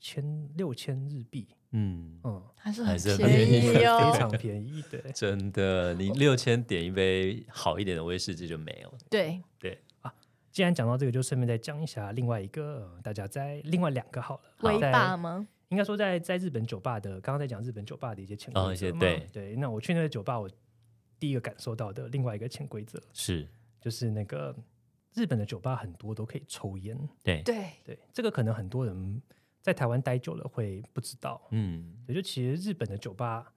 S3: 千六千日币，
S2: 嗯，
S3: 嗯，
S1: 还是
S2: 还
S1: 很
S2: 是很
S1: 便
S2: 便
S1: 宜
S3: 非
S1: 哦。
S3: 常便宜，对。
S2: 真的，你六千点一杯好一点的威士忌就没有了。
S1: 对，
S3: 既然讲到这个，就顺便再讲一下另外一个、呃大家在另外两个好了，
S1: 微
S3: 在
S1: 霸吗？
S3: 应该说在在日本酒吧的，刚刚在讲日本酒吧的一些潜规则嘛、
S2: 哦一些对
S3: 对，那我去那个酒吧，我第一个感受到的另外一个潜规则
S2: 是，
S3: 就是那个日本的酒吧很多都可以抽烟，
S2: 对，
S1: 对，
S3: 对，这个可能很多人在台湾待久了会不知道，
S2: 嗯，
S3: 也就其实日本的酒吧，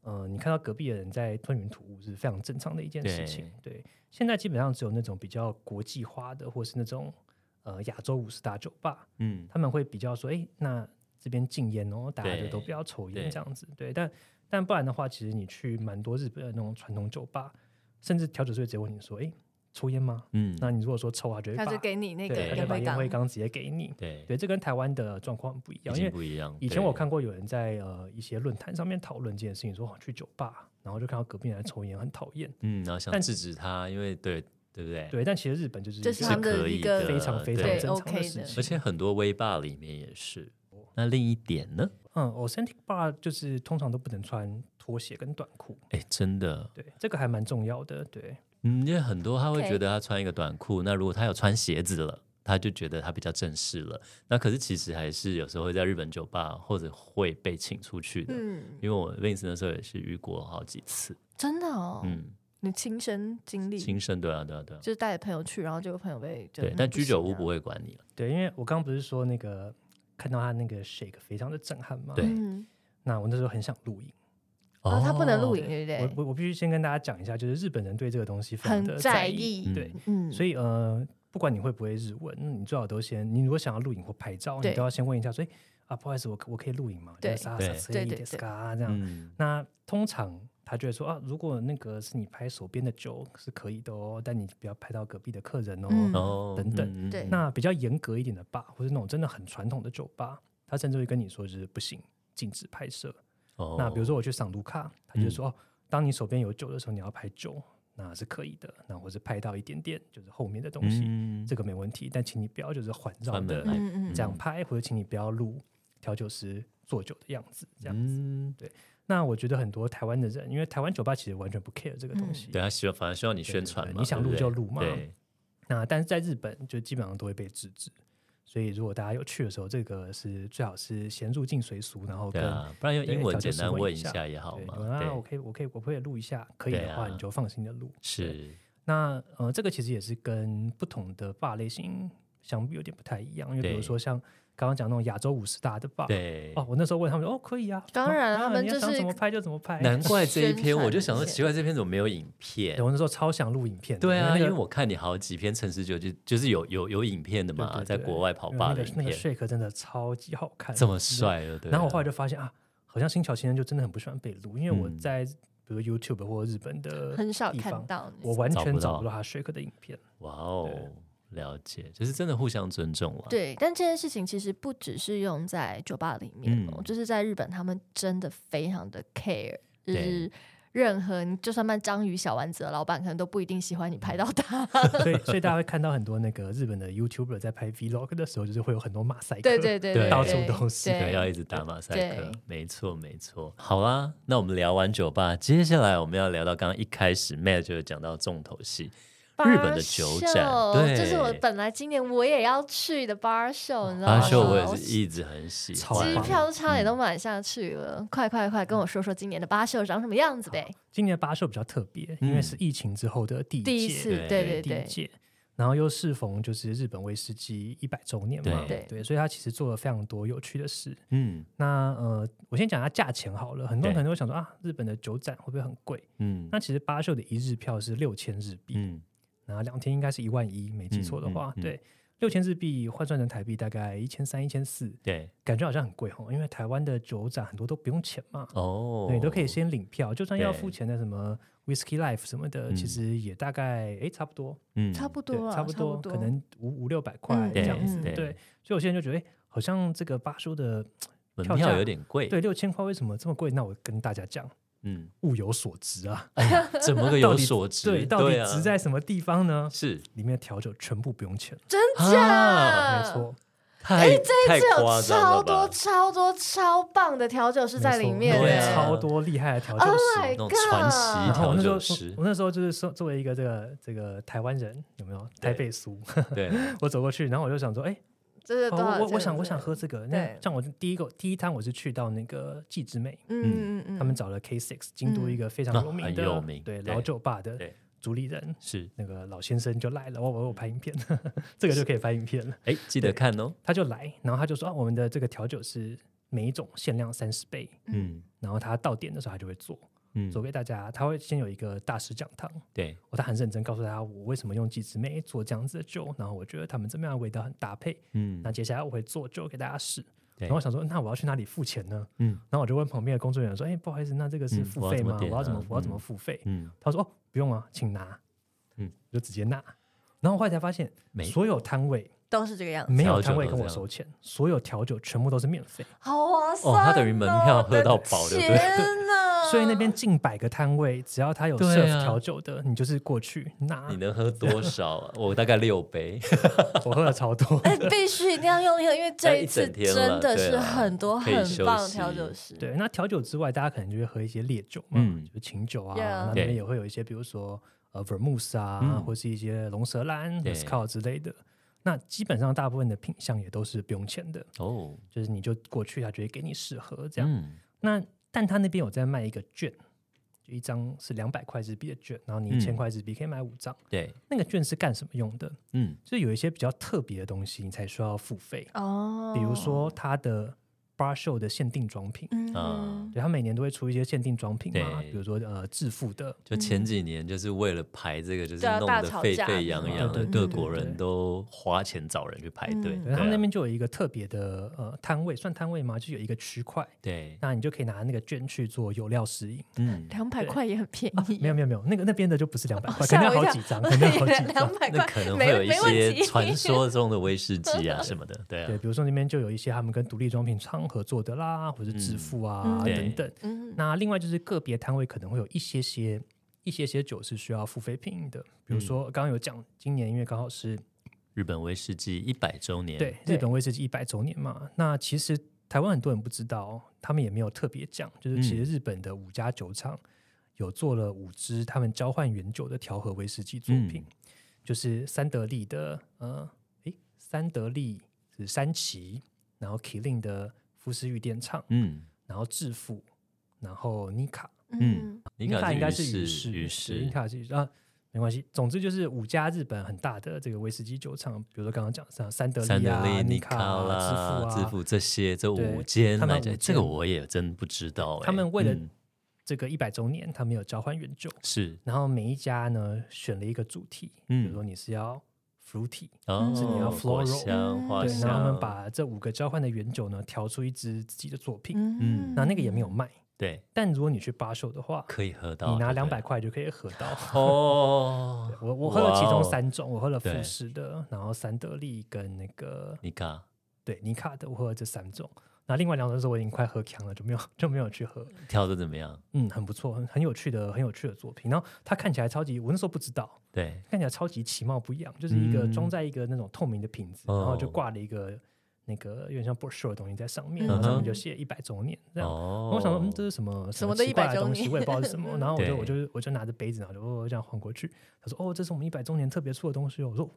S3: 呃，你看到隔壁的人在吞云吐雾是非常正常的一件事情。对，现在基本上只有那种比较国际化的，或是那种呃亚洲五十大酒吧，
S2: 嗯，
S3: 他们会比较说，哎、那这边禁烟哦，大家就
S2: 对
S3: 都不要抽
S2: 对
S3: 烟这样子。对，但但不然的话，其实你去蛮多日本的那种传统酒吧，甚至调酒师会直接问你说，哎、抽烟吗？
S2: 嗯，
S3: 那你如果说抽啊，就会
S1: 他
S3: 把
S1: 就给你那个
S3: 对，他就
S1: 烟
S3: 把
S1: 灰
S3: 烟灰
S1: 缸，
S3: 缸直接给你。
S2: 对，
S3: 对，这跟台湾的状况不一
S2: 已
S3: 样，因为
S2: 经不一样。
S3: 以前我
S2: 对
S3: 看过有人在呃一些论坛上面讨论这件事情，说哦去酒吧，然后就看到隔壁人在抽烟，很讨厌。
S2: 嗯，然后想
S3: 但
S2: 制止他，因为对对不对？
S3: 对，但其实日本就是
S1: 这
S3: 一
S1: 是
S3: 个
S1: 他们的
S2: 可
S1: 一
S2: 以
S1: 个
S2: 的
S3: 非常非常
S2: 对
S3: 正常
S1: OK
S3: 的
S1: 的
S3: 事
S2: 而
S3: 情。
S2: 且很多微霸里面也是。
S3: 哦
S2: 那另一点呢？
S3: 嗯，authentic bar 就是通常都不能穿拖鞋跟短裤，
S2: 哎，真的，
S3: 对，这个还蛮重要的。对，
S2: 嗯，因为很多他会
S1: OK
S2: 觉得他穿一个短裤，那如果他有穿鞋子了，他就觉得他比较正式了。那可是其实还是有时候会在日本酒吧或者会被请出去的。
S1: 嗯，
S2: 因为我 Vince 那时候也是遇过好几次，
S1: 真的哦，
S2: 嗯，
S1: 你亲身经历，
S2: 新生对啊对啊对啊，
S1: 就是带着朋友去，然后结果朋友被就
S2: 对，但居酒
S1: 啊
S2: 屋不，会管你了，
S3: 对，因为我刚刚不是说那个看到他那个 shake 非常的震撼吗？
S2: 对
S1: 那行啊嗯，
S3: 那我那时候很想录影，
S1: 然哦后他不能录
S2: 影，
S1: 影，对
S3: 我
S1: 不
S3: 我我必须先跟大家讲一下，就是日本人对这个东西非
S1: 对？
S3: 常的
S1: 很在
S3: 意，
S1: 意，
S3: 对。
S1: 嗯，
S3: 所以呃，不管你会不会日文，嗯你最好都先，你如果想要录影或拍照，你
S1: 对
S3: 都要先问一下，所以啊，不好意思，我可我可以录影吗？
S1: 对
S3: 啥
S2: 对
S3: 啥啥
S1: 对
S3: 一
S1: 对
S3: 点
S1: 对
S3: 啥这样。
S2: 嗯，
S3: 那通常他就会说啊，如果那个是你拍手边的酒是可以的哦，但你不要拍到隔壁的客人哦。
S1: 嗯
S2: 哦，
S3: 等等
S2: 嗯嗯
S1: 对
S2: 嗯
S3: 那比较严格一点的吧，或是那种真的很传统的酒吧，他甚至会跟你说就是不行，禁止拍摄。
S2: 哦嗯
S3: 那比如说我去赏卢卡，他就说、哦，当你手边有酒的时候，你要拍酒，那是可以的。那或是拍到一点点就是后面的东西，
S2: 嗯
S3: 这个没问题，但请你不要就是环绕
S2: 专门
S3: 的
S2: 来
S1: 嗯嗯
S3: 这样拍，或者请你不要录调酒师做酒的样子，这样子。
S2: 嗯
S3: 那我觉得很多台湾的人，因为台湾酒吧其实完全不 care 这个东西，
S2: 嗯对他希望反正希望你
S3: 对
S2: 宣
S3: 对
S2: 传
S3: 对
S2: 嘛，
S3: 你想
S2: 对
S3: 录
S2: 不
S3: 就
S2: 对
S3: 录嘛。
S2: 对，
S3: 那但是在日本就基本上都会被制止，所以如果大家有去的时候，这个是最好是先入境随俗，然后
S2: 对
S3: 跟
S2: 啊，不然用
S3: 对
S2: 英文
S3: 调酒
S2: 简
S3: 师
S2: 单
S3: 问一
S2: 问一
S3: 下
S2: 下也好
S3: 对
S2: 嘛，
S3: 你说啊，我
S2: 对，
S3: 可以，我可以，我可以录一下，可以
S2: 对
S3: 的话
S2: 啊
S3: 你就放心的录。对
S2: 是，
S3: 那呃，这个其实也是跟不同的坝类型相比有点不太一样，因为比如
S2: 对
S3: 说像刚刚讲那种亚洲五十大的坝，
S2: 对，
S3: 哦，我那时候问他们，哦，可以啊，
S1: 当然他们
S3: 你要
S1: 就
S3: 想
S1: 是
S3: 怎么拍就怎么拍。
S2: 难怪这一
S1: 宣
S2: 篇，我
S1: 传
S2: 就想说
S1: 一些
S2: 奇怪，这篇怎么没有影片
S3: 对，？我那时候超想录影片的，
S2: 对啊，
S3: 那
S2: 因为
S3: 个
S2: 我看你好几篇城市酒就就是有有有影片的
S3: 对
S2: 嘛，
S3: 对
S2: 在
S3: 对
S2: 国外跑
S3: 因为
S2: 吧
S3: 那
S2: 的
S3: 个
S2: 影
S3: 那个
S2: 片，
S3: shake 真的超级好看，
S2: 这么。帅了，对啊。
S3: 然后我后来就发现啊，好像新桥先生就真的很不喜欢被录，因为我
S2: 嗯
S3: 在比如 YouTube 或日本的
S1: 很少
S3: 地
S1: 看
S3: 方，
S1: 到，
S3: 我完
S2: 找
S3: 全
S2: 不
S3: 找
S2: 到
S3: 不到他 shake 的影片。
S2: 哇哦，了解，就是真的互相尊重啊了。，
S1: 对，但这件事情其实不只是用在酒吧里面哦，
S2: 嗯
S1: 就是在日本，他们真的非常的 care，就
S2: 对
S1: 是任何你就算卖章鱼小丸子的老板，可能都不一定喜欢你拍到他。
S3: 所以所以大家会看到很多那个日本的 YouTuber 在拍 Vlog 的时候，就是会有很多马赛克，
S1: 对对对
S2: 对
S3: 到处都是
S2: 可能要
S1: 对，
S2: 一直打马赛
S1: 对
S2: 克，没错没错。好啦，那我们聊完酒吧，接下来我们要聊到刚刚一开始 Matt 就有讲到重头戏，日本的酒展
S1: 秀
S2: 对
S1: 这是我本来今年我也要去的 bar show，你知道吗？
S3: 哦
S2: 阿秀我也是一直很喜
S3: 超
S2: 欢
S1: 机
S3: 棒。
S1: 票差
S2: 嗯
S1: 点都买下去了，快快快，跟我说说今年的巴秀长什么样子呗？
S3: 今年的巴秀比较特别，因为是疫情之后的第一届，
S1: 第一次，
S2: 嗯对
S1: 对
S3: 第一
S1: 对，
S3: 届，然后又适逢就是日本威士忌一百周年嘛，
S2: 对
S3: 对，所以他其实做了非常多有趣的事。
S2: 嗯
S3: 那呃，我先讲一下价钱好了，很多
S2: 对
S3: 人可能会想说啊，日本的酒展会不会很贵？
S2: 嗯
S3: 那其实巴秀的一日票是六千日币，
S2: 嗯，
S3: 然后两天应该是一万一，没记错的话，
S2: 嗯嗯嗯
S3: 对，六千日币换算成台币大概一千三、一千四，
S2: 对
S3: 感觉好像很贵哦，因为台湾的酒展很多都不用钱嘛，
S2: 哦，
S3: 对，都可以先领票，就算要
S2: 对
S3: 付钱的什么 Whisky Life 什么的，
S2: 嗯
S3: 其实也大概哎差不多，
S2: 嗯
S1: 差不
S3: 对
S1: 多，了，啊
S3: 差
S1: 差
S3: 不多，可能五五六百块
S1: 嗯
S3: 这样
S2: 对
S3: 子，
S2: 对
S3: 对，所以有些人就觉得哎，好像这个巴叔的
S2: 门
S3: 票
S2: 票
S3: 价
S2: 有点贵，
S3: 对六千块为什么这么贵？那我跟大家讲，
S2: 嗯，
S3: 物有所值啊，
S2: 怎么个
S3: 到
S2: 有
S3: 底
S2: 所值？
S3: 对，到底
S2: 啊
S3: 值在什么地方呢？
S2: 是
S3: 里面的调酒全部不用钱，
S1: 真假？嗯
S2: 啊
S3: 没错，
S2: 太
S1: 这
S2: 太
S1: 一次有
S2: 夸张
S1: 超
S2: 了吧
S1: 多？超多超棒的调酒师在里面
S3: 没错
S2: 对
S1: 耶，
S2: 啊
S3: 超多厉害的调酒
S1: Oh
S3: 师。
S2: 那
S1: my
S2: 种
S1: god！
S2: 传奇
S3: 然后我那时
S2: 调
S3: 候
S2: 酒师，
S3: 我那时候就是说，作为一个这个这个台湾人，有没有台北俗？
S2: 对，
S3: 我走过去，然后我就想说，哎，
S1: 这是
S3: 哦
S1: 多少
S3: 我
S1: 钱？
S3: 我我想我想喝这个。那
S1: 对
S3: 像我就第一个第一摊，我是去到那个季之美，
S1: 嗯，嗯嗯嗯，
S3: 他们找了 K Six，京都一个非常
S2: 嗯
S3: 有名
S2: 很
S3: 的、
S2: 有名
S3: 对
S2: 对
S3: 老酒吧的
S2: 对嗯
S3: 主理人，
S2: 是，
S3: 那个老先生就来了，我我我拍影片， 这个就可以拍影片了。
S2: 哎，记得看哦。
S3: 他就来，然后他就说、啊、我们的这个调酒是每一种限量三十杯，
S2: 嗯
S3: 然后他到点的时候他就会做，
S2: 嗯
S3: 做，给大家，他会先有一个大师讲堂，
S2: 对，
S3: 我他很认真告诉大家我为什么用几支梅做这样子的酒，然后我觉得他们怎么样的味道很搭配。
S2: 嗯
S3: 那接下来我会做酒给大家试。
S2: 对
S3: 然后我想说，那我要去哪里付钱呢？
S2: 嗯
S3: 然后我就问旁边的工作人员说：“哎、不好意思，那这个是
S2: 嗯
S3: 付
S2: 我要
S3: 费
S2: 怎么
S3: 吗？
S2: 点
S3: 我要怎么、
S2: 啊
S3: 我要怎么
S2: 嗯
S3: 付费？”
S2: 嗯，
S3: 他说：“哦，不用啊，请拿。”
S2: 嗯
S3: 嗯，我就直接拿。然后后来才发现，
S2: 没
S3: 所有摊位
S1: 都是这个样子，
S3: 没
S2: 调
S3: 有
S2: 酒
S3: 摊位
S2: 都
S3: 跟
S2: 这
S3: 我
S2: 样
S3: 收钱，所有调酒全部都是免费，
S1: 好划算
S2: 哦他等于门票喝到饱
S1: 我
S2: 对
S1: 的
S2: 不对
S1: 天哪！
S3: 所以那边
S2: 嗯
S3: 近百个摊位，只要他有
S2: 对
S3: serve
S2: 啊
S3: 调酒的，你就是过去拿
S2: 你。能喝多少啊？我大概六 杯，
S3: 我喝了超 多
S1: ，哎，必须一定要用力喝，因为这
S2: 一
S1: 次
S2: 整天
S1: 真
S2: 了
S1: 的是
S2: 对啊
S1: 很多
S2: 可以
S1: 很
S2: 休
S1: 棒的
S2: 息
S1: 调酒师，
S3: 对，那调酒之外，大家可能就会喝一些烈酒嘛，
S2: 嗯
S3: 就是琴酒啊，
S1: Yeah
S3: 那里面也会有一些，比如说呃 vermouth 啊，
S2: 嗯
S3: 或是一些龙舌兰、
S2: 对
S3: m s c o 之类的。那基本上大部分的品相也都是不用钱的，
S2: 哦，
S3: 就是你就过去，他就会给你试喝这样。
S2: 嗯
S3: 那但他那边有在卖一个券，就一张是两百块日币的券，然后你
S2: 嗯
S3: 一千块日币可以买五张。
S2: 对，
S3: 那个券是干什么用的？
S2: 嗯
S3: 就是有一些比较特别的东西，你才需要付费，
S1: 哦，
S3: 比如说它的 bar show 的限定装品。
S1: 嗯
S2: 啊
S1: 哼，
S3: 对，他每年都会出一些限定装品嘛，
S2: 对
S3: 比如说呃致富的，
S2: 就前几年就是为了排这个，就是
S1: 对啊
S2: 弄
S1: 大
S2: 得
S1: 吵
S2: 沸
S1: 架
S2: 沸扬
S3: 嘛
S2: 扬
S3: 对
S2: 的，
S3: 对
S2: 各
S1: 对
S2: 国
S3: 对
S2: 人
S3: 对
S2: 都花钱找人去排队。
S1: 嗯
S3: 对他们那
S2: 啊
S3: 边就有一个特别的呃摊位，算摊位吗？就有一个区块，
S2: 对，
S3: 那你就可以拿那个券去做有料食饮。
S2: 嗯，
S1: 两百
S3: 对啊
S1: 块也很便宜，
S3: 没有没有没有，那个那边的就不是两百块，可
S1: 哦吓
S3: 能
S1: 我一
S3: 好
S1: 跳
S3: 几张，可能好几张
S1: 两。百
S2: 那
S1: 块
S2: 可能会
S1: 没
S2: 有一
S1: 没问
S2: 些
S1: 题
S2: 传说中的威士忌啊什么的，对
S3: 对，
S2: 啊，
S3: 比如说那边就有一些他们跟独立装品商合作的啦，或者是致富啊、
S1: 嗯
S3: 等等。
S1: 嗯，
S3: 那另外就是个别摊位可能会有一些些一些些酒是需要付费品饮的，比如说刚刚有讲，今年因为刚好是
S2: 日本威士忌一百周年，
S3: 对
S1: 对
S3: 日本威士忌一百周年嘛，那其实台湾很多人不知道，他们也没有特别讲，就是其实日本的五家酒厂有做了五支他们交换原酒的调和威士忌作品，就是三得利的呃，诶，三得利是山崎，然后 Killing 的富士御电厂，
S2: 嗯，
S3: 然后致富，然后妮卡，
S1: 嗯
S2: 你
S3: 妮
S2: 卡
S3: 卡应该是
S2: 于
S3: 士，
S2: 于
S3: 妮
S2: 是，
S3: 卡是雨士啊。没关系，总之就是五家日本很大的这个威士忌酒厂，比如说刚刚讲像三得
S2: 三
S3: 利
S2: 得
S3: 啊、
S2: 利、
S3: 尼
S2: 尼
S3: 卡
S2: 卡
S3: 啊、
S2: 啦、
S3: 致
S2: 支
S3: 富啊，
S2: 付这些这
S3: 对
S2: 五间
S3: 他们
S2: 来讲，
S3: 五
S2: 这个
S3: 间
S2: 我也真不知道哎。
S3: 他们为了
S2: 嗯
S3: 这个一百周年，他们有交换原酒，
S2: 是
S3: 然后每一家呢选了一个主题，
S2: 嗯
S3: 比如说你是要 fruity，
S2: 哦，
S1: 是你要
S2: 果
S3: floral
S2: 香、
S1: 嗯
S2: 花
S3: 对，
S2: 香，
S3: 然后他们把这五个交换的原酒呢调出一支自己的作品，
S1: 嗯
S3: 那那个也没有卖，
S2: 对
S3: 但如果你去巴秀的话，
S2: 可以喝到，
S3: 你拿
S2: 对
S3: 两
S2: 不
S3: 百
S2: 对
S3: 块就可以喝 到。，
S2: 哦
S3: 我我喝了其
S2: 哇
S3: 中
S2: 哦
S3: 三种，我喝了富
S2: 对
S3: 士的，然后三得利跟那个
S2: 尼卡，
S3: 对尼卡的，我喝了这三种。那另外两种是我已经快喝强了，就没有就没有去喝。
S2: 跳的怎么样？
S3: 嗯，很不错，很很有趣的很有趣的作品。然后它看起来超级，我那时候不知道，
S2: 对，
S3: 看起来超级其貌不扬，就是一个
S2: 嗯
S3: 装在一个那种透明的瓶子，然后就
S2: 哦
S3: 挂了一个那个有点像 brochure 的东西在上
S1: 嗯
S3: 面，然后上面
S2: 哼
S3: 就写一百周年这样。
S2: 哦
S3: 然，后我想说，嗯，这是什么
S1: 什么的
S3: 奇怪
S1: 100周
S3: 东西，
S1: 年
S3: 我也不知道是什么。然后我就
S2: 对
S3: 我就我就拿着杯子，然后就哦这样晃过去。他说：“哦，这是我们一百周年特别出的东西哦。”我说：“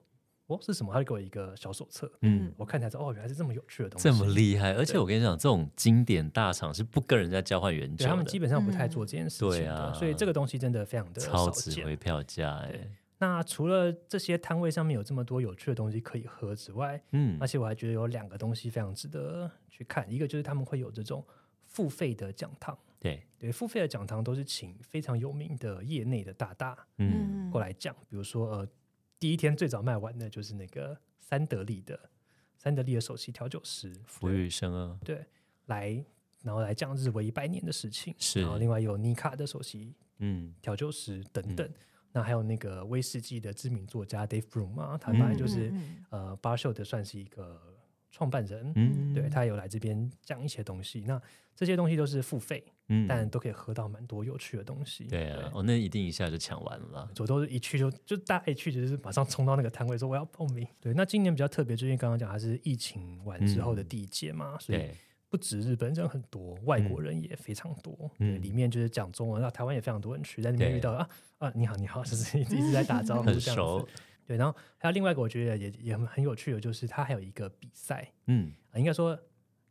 S3: 哦，是什么？”他就给我一个小手册，
S2: 嗯。
S3: 我看起来说：“哦，原来是这么有趣的东西。”
S2: 这么厉害，而且我跟你讲，这种经典大厂是不跟人家交换原酒
S3: 对他们
S1: 嗯
S3: 基
S2: 的，
S3: 本上不太做这件事情
S2: 嗯对
S3: 的，
S2: 啊
S3: 所以这个东西真的非常的
S2: 超
S3: 少
S2: 值
S3: 见。
S2: 回票价哎
S3: 对。那除了这些摊位上面有这么多有趣的东西可以喝之外，
S2: 嗯
S3: 而，且我还觉得有两个东西非常值得去看，一个就是他们会有这种付费的讲堂，
S2: 对，
S3: 对，付费的讲堂都是请非常有名的业内的大大
S2: 嗯，
S3: 过来讲，比如说呃，第一天最早卖完的就是那个三得利的三得利的首席调酒师
S2: 福
S3: 对
S2: 玉生啊，
S3: 来，然后来讲日为一百年的事情，
S2: 是
S3: 然后另外有妮卡的首席
S2: 嗯，
S3: 调酒师等等。那还有那个威
S2: 嗯
S3: 士忌的知名作家 Dave Broom 啊，他本来就是、
S1: 嗯嗯嗯
S3: 呃巴秀的算是一个创办人，
S2: 嗯，
S3: 对他有来这边讲一些东西。那这些东西都是付费，
S2: 嗯
S3: 但都可以喝到蛮多有趣的东西。
S2: 对啊，哦，那一定一下就抢完了啦。
S3: 我都是一去就就大家一去就是马上冲到那个摊位说我要报名。对，那今年比较特别，就因为刚刚讲它是疫情完之后的第一届嘛，所以
S2: 嗯对，
S3: 不止日本人很多，外国人也非常多。
S2: 嗯
S3: 对，里面就是讲中文，然后啊台湾也非常多人去，在那边
S2: 对
S3: 遇到啊啊你好你好，就是一直一直在打招呼这
S2: 很
S3: 样
S2: 熟
S3: 子。，对，然后还有另外一个我觉得也也很很有趣的，就是它还有一个比赛，
S2: 嗯，
S3: 啊、应该说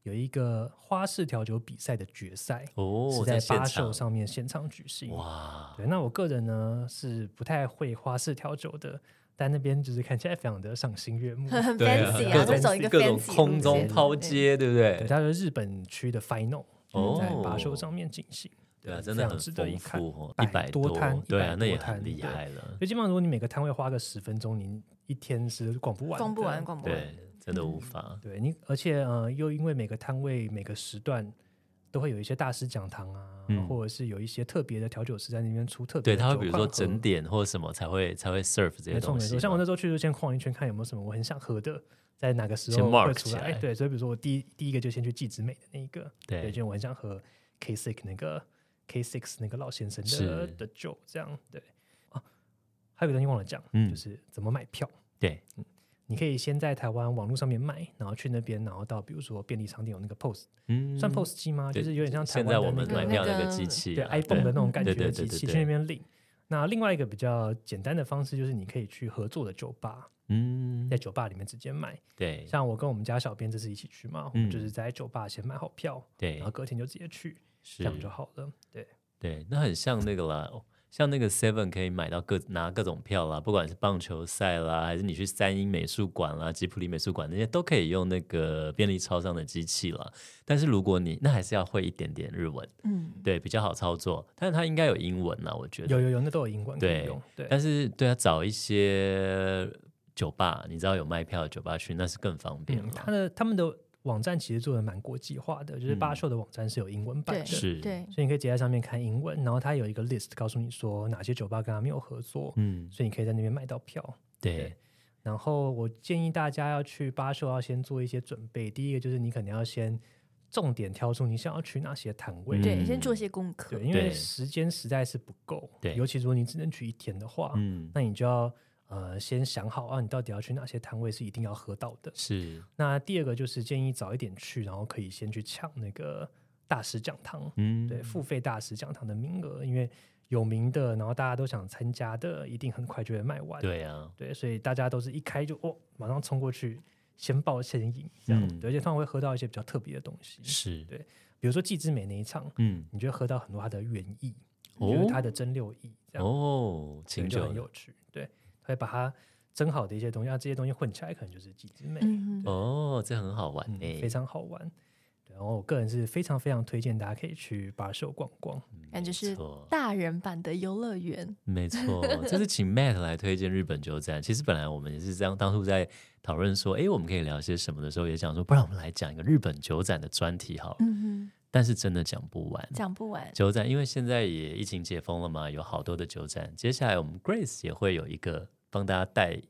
S3: 有一个花式调酒比赛的决赛。
S2: 哦，
S3: 是在
S2: 现
S3: 巴
S2: 场
S3: 秀，上面现场举行，
S2: 哇，
S3: 对，那我个人呢是不太会花式调酒的，但那边就是看起来非常的赏心 悦目。
S1: 很
S2: 对啊
S1: fancy 啊
S2: 各，
S1: 那
S2: 种
S1: 走一个
S2: 各种
S1: fancy
S2: 空
S1: 路
S2: 中
S1: 线
S2: 抛，接，对不
S3: 对，
S2: 对？
S3: 它是日本区的 final，、
S2: 哦
S3: 在巴秀上面进行。
S2: 对啊，
S3: 对
S2: 真的
S3: 非常
S2: 很
S3: 值得一
S2: 丰
S3: 看
S2: 富哦，一
S3: 百
S2: 百
S3: 多摊
S2: 对啊，
S3: 100
S2: 那也
S3: 多摊
S2: 很厉
S3: 对
S2: 害了，
S3: 所以基本上，如果你每个摊位花个十分钟，你一天是逛不完的，
S1: 逛不完，逛不完。
S2: 对，真
S3: 嗯
S2: 的无法，
S3: 对你，而且呃，又因为每个摊位每个时段都会有一些大师讲堂啊，
S2: 嗯
S3: 或者是有一些特别的调酒师在那边出特别
S2: 对，
S3: 的
S2: 他会
S3: 酒
S2: 比如
S3: 款
S2: 说
S3: 喝
S2: 整点或什么才会才会 serve 这些
S3: 没错
S2: 东
S3: 没
S2: 西
S3: 错，
S2: 嘛，
S3: 像我那时候去就先晃一圈，看有没有什么我很想喝的，在哪个时
S2: 先
S3: 候
S2: mark
S3: 会出
S2: 起
S3: 来。
S2: 来
S3: 哎对，所以比如说我第一第一个就先去季子美的那一个，对，
S2: 对，
S3: 就我很想喝 K Six 那个 K Six 那个老先生的
S2: 是
S3: 的酒，这样对。啊，还有一个东西忘了讲，
S2: 嗯
S3: 就是怎么买票。
S2: 对，
S3: 你可以先在台湾网络上面买，然后去那边，然后到比如说便利商店有那个 POS，、
S2: 嗯
S3: 算 POS 机吗？就
S2: 对
S3: 是有点像台
S2: 现在
S3: 湾的
S2: 我
S3: 那
S2: 们
S3: 个
S2: 买
S1: 那
S2: 票那个
S1: 个
S2: 机器
S3: 对
S2: 啊，
S3: iPhone 的那种感
S2: 对
S3: 觉
S2: 对
S3: 的
S2: 对
S3: 机
S2: 对
S3: 器
S2: 对
S3: 去那边领。那另外一个比较简单的方式就是你可以去合作的酒吧，
S2: 嗯
S3: 在，酒吧里面直接买。
S2: 对
S3: 像我跟我们家小编这次一起去嘛，我
S2: 嗯
S3: 们就是在酒吧先买好票，
S2: 对
S3: 然后，隔天就直接去，这
S2: 是
S3: 样就好了。对，
S2: 对，那很像那个啦，哦像那个 Seven 可以买到各拿各种票啦，不管是棒球赛啦，还是你去三英美术馆啦、吉普力美术馆那些，都可以用那个便利超商的机器啦。但是如果你那还是要会一点点日文，
S1: 嗯，
S2: 对，比较好操作。但是它应该有英文啦，我觉
S3: 有
S2: 得。
S3: 有有，那都有英文可以
S2: 对
S3: 用。对，
S2: 但是对啊，找一些酒吧，你知道有卖票的酒吧去，那是更方便
S3: 嗯，
S2: 了。
S3: 他的他们的网站其实做的蛮国际化的，就是巴
S2: 嗯
S3: 秀的网站是有英文版
S1: 对
S3: 的，
S2: 是
S1: 对，
S3: 所以你可以直接在上面看英文，然后它有一个 list 告诉你说哪些酒吧跟他没有合作，
S2: 嗯，
S3: 所以你可以在那边买到票。
S2: 对，
S3: 然后我建议大家要去巴秀，要先做一些准备。第一个就是你可能要先重点挑出你想要去哪些摊位，
S2: 嗯
S1: 对，先做一些功课
S3: 对，，因
S2: 对
S3: 为时间实在是不够，
S2: 对
S3: 尤其如果你只能去一天的话，
S2: 嗯，
S3: 那你就要呃先想好啊，你到底要去哪些摊位是一定要喝到的。
S2: 是，
S3: 那第二个就是建议早一点去，然后可以先去抢那个大师讲堂，
S2: 嗯，
S3: 对，付费大师讲堂的名额，因为有名的，然后大家都想参加的，一定很快就会卖完。
S2: 对啊，
S3: 对，所以大家都是一开就哦，马上冲过去，先报先赢这样。
S2: 嗯
S3: 对而且通常会喝到一些比较特别的东西，
S2: 是，
S3: 对比如说季之美那一场，
S2: 嗯，
S3: 你就会喝到很多它的原意，
S2: 哦
S3: 就是它的蒸馏液这样，
S2: 哦，
S3: 对
S2: 清
S3: 就
S2: 酒
S3: 很有趣。对，他会把它蒸好的一些东西，啊那这些东西混起来，可能就是季之美。
S1: 嗯哼，
S2: 哦，这很好玩
S3: 嗯
S2: 诶、
S3: 非常好玩。对然后我个人是非常非常推荐大家可以去巴秀逛逛。
S2: 嗯
S1: 感觉
S2: 没
S1: 是
S2: 错，
S1: 大人版的游乐园，
S2: 没错。这次请 Matt 来推荐日本酒展。其实本来我们也是这样，当初在讨论说，哎诶，我们可以聊些什么的时候，也想说，不然我们来讲一个日本酒展的专题好了。
S1: 嗯
S2: 但是真的讲不完
S1: 哼，。讲不完，
S2: 酒展，因为现在也疫情解封了嘛，有好多的酒展。接下来我们 Grace 也会有一个帮大家带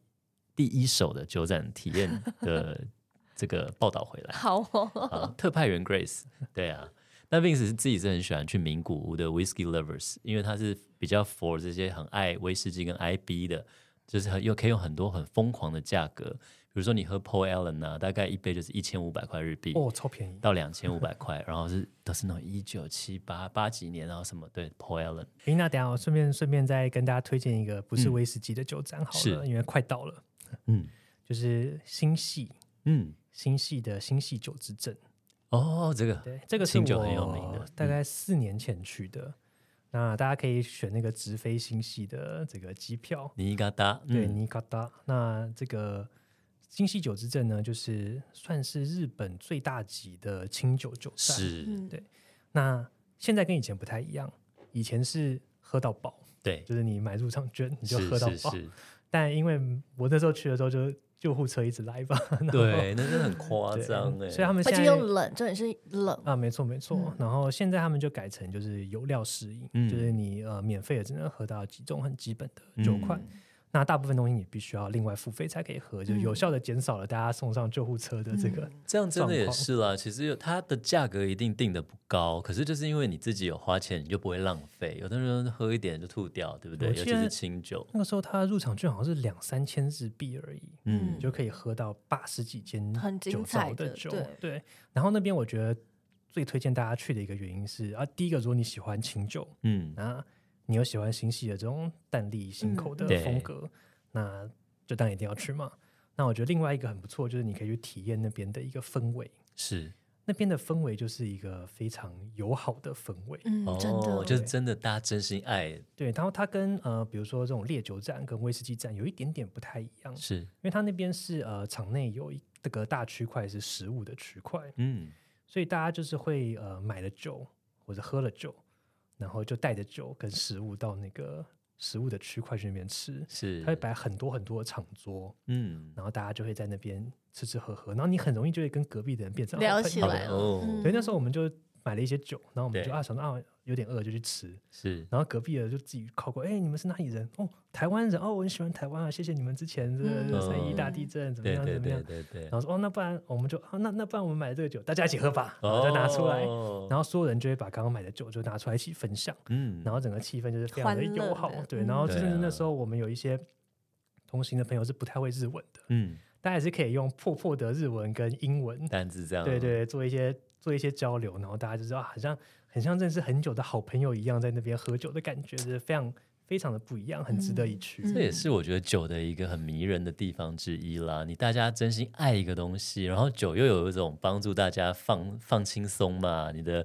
S2: 第一手的酒展体验的 这个报道回来。
S1: 好哦，
S2: 啊，特派员 Grace，对啊。那 Vince 是自己是很喜欢去名古屋的 Whisky Lovers，因为他是比较 for 这些很爱威士忌跟 IB 的，就是很又可以用很多很疯狂的价格，比如说你喝 Paul Allen 啊，大概一杯就是一千五百块日币，
S3: 哦，超便宜！
S2: 到两千五百块，然后是都是那种一九七八八几年然后什么对 Paul Allen，
S3: 诶，那等一下我顺便顺便再跟大家推荐一个不是威士忌的酒展好了，
S2: 嗯是
S3: 因为快到了，
S2: 嗯
S3: 就是新系
S2: 嗯，
S3: 新系的新系酒之镇。
S2: 哦，这个
S3: 对，这个是
S2: 清酒
S3: 我
S2: 很有名的嗯
S3: 大概四年前去的。那大家可以选那个直飞新系的这个机票，
S2: 你应该搭，
S3: 对，
S2: 嗯
S3: 尼嘎达。那这个新系酒之镇呢，就是算是日本最大级的清酒酒站。
S2: 是，
S1: 嗯，
S3: 对那现在跟以前不太一样，以前是喝到饱，
S2: 对，
S3: 就是你买入场券你就是喝到
S2: 是
S3: 饱。
S2: 是，
S3: 但因为我那时候去的时候，就是救护车一直来吧， 然后
S2: 对，那真的很夸
S3: 对
S2: 张哎，
S3: 所以他们
S1: 而
S3: 现
S1: 且
S3: 在
S1: 又冷，重点是冷，
S3: 啊，没错没错。
S1: 嗯
S3: 然后现在他们就改成就是有料适应，
S2: 嗯
S3: 就是你呃免费的只能喝到几种很基本的酒款。
S1: 嗯
S3: 那大部分东西你必须要另外付费才可以喝，就
S4: 嗯
S3: 有效的减少了大家送上救护车的这个。
S2: 这样真的也
S3: 状况
S2: 是啦。其实有它的价格一定定的不高，可是就是因为你自己有花钱，你就不会浪费。有的人喝一点就吐掉，对不对？
S3: 我
S2: 尤
S3: 记
S2: 其
S3: 得
S2: 是清酒，
S3: 那个时候它入场券好像是两三千日币而已，
S2: 嗯
S3: 你就可以喝到八十几间
S4: 很精
S3: 酒
S4: 彩
S3: 糟
S4: 的
S3: 酒。
S4: 对
S3: 对，然后那边我觉得最推荐大家去的一个原因是啊，第一个如果你喜欢清酒，
S2: 嗯，
S3: 那你又喜欢新系的这种淡丽新口的
S2: 嗯对
S3: 风格，那就当然一定要去嘛。那我觉得另外一个很不错，就是你可以去体验那边的一个氛围，
S2: 是
S3: 那边的氛围就是一个非常友好的氛围。
S1: 嗯，真的，
S2: 哦，就是真的大家真心爱，
S3: 对，然后它跟呃，比如说这种烈酒站跟威士忌站有一点点不太一样，因
S2: 是
S3: 为它那边是呃场内有一这个大区块是食物的区块，
S2: 嗯，
S3: 所以大家就是会呃买了酒或者喝了酒，然后就带着酒跟食物到那个食物的区块去那边吃，
S2: 是
S3: 它会摆很多很多的场桌，
S2: 嗯，
S3: 然后大家就会在那边吃吃喝喝，然后你很容易就会跟隔壁的人变成好
S4: 聊
S3: 朋
S4: 起
S3: 友
S4: 来了
S2: 哦
S4: 嗯
S3: 对，那时候我们就买了一些酒，然后我们
S2: 对
S3: 就啊想到啊有点饿就去吃，
S2: 是
S3: 然后隔壁的就自己靠过，哎、你们是哪里人？哦，台湾人，哦，我很喜欢台湾啊，谢谢你们之前这
S1: 嗯
S3: 个三一大地
S1: 嗯
S3: 震怎么
S2: 对
S3: 样
S2: 对
S3: 怎么样
S2: 对，对对
S3: 然，后说哦，那不然我们就啊，那那不然我们买这个酒，大家一起喝吧，然后再拿出来，
S2: 哦
S3: 然后所有人就会把刚刚买的酒就拿出来一起分享，
S2: 嗯，
S3: 然后整个气氛就是非常的
S4: 欢乐
S3: 友好
S4: 的，
S3: 对，
S1: 嗯
S3: 然后
S2: 对
S3: 甚至
S2: 啊
S3: 那时候我们有一些同行的朋友是不太会日文的，
S2: 嗯，
S3: 大家也是可以用破破的日文跟英文，
S2: 单子这样，
S3: 对，对，做一些做一些交流，然后大家就知道，啊好像很像认识很久的好朋友一样，在那边喝酒的感觉，就是非常非常的不一样，很值得一去。
S1: 嗯
S2: 这也是我觉得酒的一个很迷人的地方之一啦。你大家真心爱一个东西，然后酒又有一种帮助大家放放轻松嘛，你的